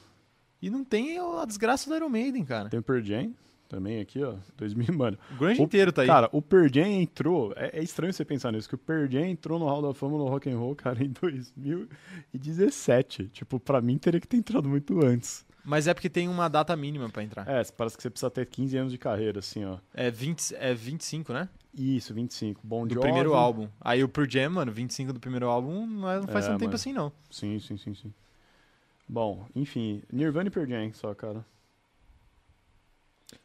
Speaker 1: E não tem a desgraça do Iron Maiden, cara.
Speaker 2: Tem o Pearl Jam também aqui, ó. 2000, mano.
Speaker 1: O grande
Speaker 2: O-
Speaker 1: inteiro tá aí.
Speaker 2: Cara, o Pearl Jam entrou... É, é estranho você pensar nisso, que o Pearl Jam entrou no Hall da Fama no Rock and Roll, cara, em 2017. Tipo, pra mim teria que ter entrado muito antes.
Speaker 1: Mas é porque tem uma data mínima pra entrar.
Speaker 2: É, parece que você precisa ter 15 anos de carreira, assim, ó.
Speaker 1: É, 20, é 25, né?
Speaker 2: Isso, 25. Bom
Speaker 1: Do primeiro álbum. Aí o Pearl Jam, mano, 25 do primeiro álbum não, é- não faz
Speaker 2: É,
Speaker 1: tanto tempo
Speaker 2: mano.
Speaker 1: assim, não.
Speaker 2: Sim, sim, sim, sim. Bom, enfim, Nirvana e Pearl Jam só, cara.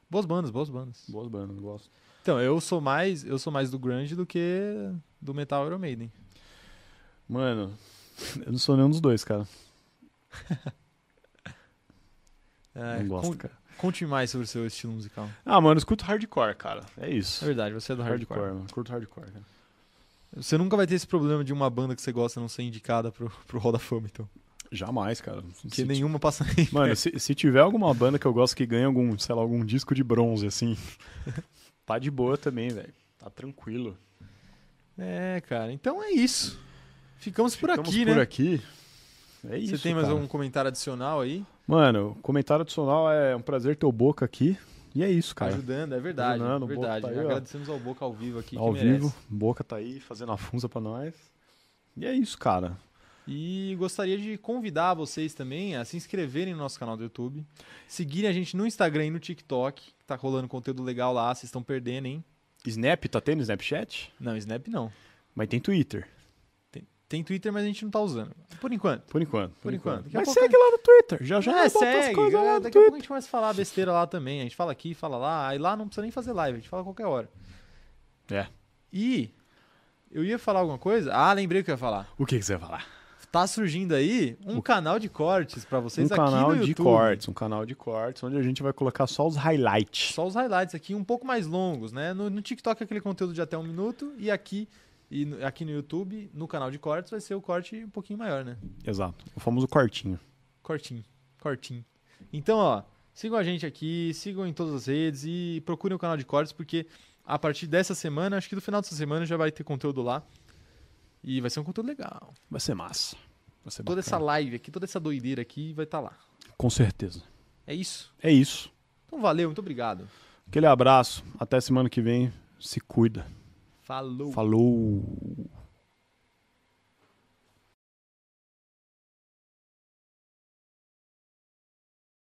Speaker 1: Boas bandas, boas bandas.
Speaker 2: Boas bandas, gosto.
Speaker 1: Então, eu sou mais, eu sou mais do grunge do que do metal Iron Maiden.
Speaker 2: Mano, eu não sou nenhum dos dois, cara.
Speaker 1: É,
Speaker 2: não gosto,
Speaker 1: con-
Speaker 2: cara.
Speaker 1: Conte mais sobre o seu estilo musical.
Speaker 2: Ah, mano, eu escuto hardcore, cara. É
Speaker 1: É
Speaker 2: isso.
Speaker 1: verdade, você é do hardcore.
Speaker 2: mano. Curto hardcore, cara.
Speaker 1: Você nunca vai ter esse problema de uma banda que você gosta não ser indicada pro, pro Hall da Fama, então.
Speaker 2: Jamais, cara.
Speaker 1: Porque
Speaker 2: Se-
Speaker 1: nenhuma passa nem.
Speaker 2: Mano, se, se tiver alguma banda que eu gosto que ganha algum, sei lá, algum disco de bronze, assim, tá de boa também, velho. Tá tranquilo.
Speaker 1: É, cara. Então é isso. Ficamos por
Speaker 2: Ficamos
Speaker 1: aqui,
Speaker 2: por
Speaker 1: né?
Speaker 2: aqui. É isso,
Speaker 1: Você tem mais um?
Speaker 2: cara.
Speaker 1: algum comentário adicional aí?
Speaker 2: Mano, comentário adicional é um prazer ter o Boca aqui. E é isso, cara.
Speaker 1: Ajudando, é verdade.
Speaker 2: Ajudando,
Speaker 1: é
Speaker 2: o Boca
Speaker 1: verdade.
Speaker 2: tá aí, ó.
Speaker 1: Agradecemos ao Boca ao vivo aqui.
Speaker 2: Ao
Speaker 1: que merece.
Speaker 2: vivo, Boca tá aí fazendo a funza pra nós. E é isso, cara.
Speaker 1: E gostaria de convidar vocês também a se inscreverem no nosso canal do YouTube, seguirem a gente no Instagram e no TikTok, que tá rolando conteúdo legal lá, vocês estão perdendo, hein?
Speaker 2: Snap, tá tendo Snapchat?
Speaker 1: Não, Snap não.
Speaker 2: Mas tem Twitter,
Speaker 1: Tem Twitter, mas a gente não tá usando. Por enquanto.
Speaker 2: por enquanto.
Speaker 1: Por enquanto. Daqui a
Speaker 2: Mas
Speaker 1: pouco-
Speaker 2: segue lá no Twitter. Já já
Speaker 1: é,
Speaker 2: nós bota
Speaker 1: segue.
Speaker 2: as coisas lá
Speaker 1: é,
Speaker 2: no
Speaker 1: daqui a pouco
Speaker 2: Twitter.
Speaker 1: a gente começa a falar besteira lá também. A gente fala aqui, fala lá, aí lá não precisa nem fazer live, a gente fala a qualquer hora.
Speaker 2: É.
Speaker 1: E eu ia falar alguma coisa? Ah, lembrei o que eu ia falar.
Speaker 2: O que, que você vai falar?
Speaker 1: Tá surgindo aí um canal de cortes pra vocês
Speaker 2: um
Speaker 1: aqui
Speaker 2: canal
Speaker 1: no
Speaker 2: de
Speaker 1: YouTube.
Speaker 2: cortes, um canal de cortes, onde a gente vai colocar só os highlights.
Speaker 1: Só os highlights aqui, um pouco mais longos, né? No, no TikTok é aquele conteúdo de até um minuto e aqui e no, aqui no YouTube, no canal de cortes, vai ser o corte um pouquinho maior, né?
Speaker 2: Exato. O famoso cortinho.
Speaker 1: Cortinho, cortinho. Então, ó, sigam a gente aqui, sigam em todas as redes e procurem o canal de cortes, porque a partir dessa semana, acho que do final dessa semana já vai ter conteúdo lá. E vai ser um conteúdo legal.
Speaker 2: Vai ser massa. Vai ser
Speaker 1: Toda essa
Speaker 2: É bacana.
Speaker 1: live aqui, toda essa doideira aqui vai estar lá.
Speaker 2: Com certeza.
Speaker 1: É isso.
Speaker 2: É isso.
Speaker 1: Então valeu, muito obrigado.
Speaker 2: Aquele abraço. Até semana que vem. Se cuida.
Speaker 1: Falou.
Speaker 2: Falou.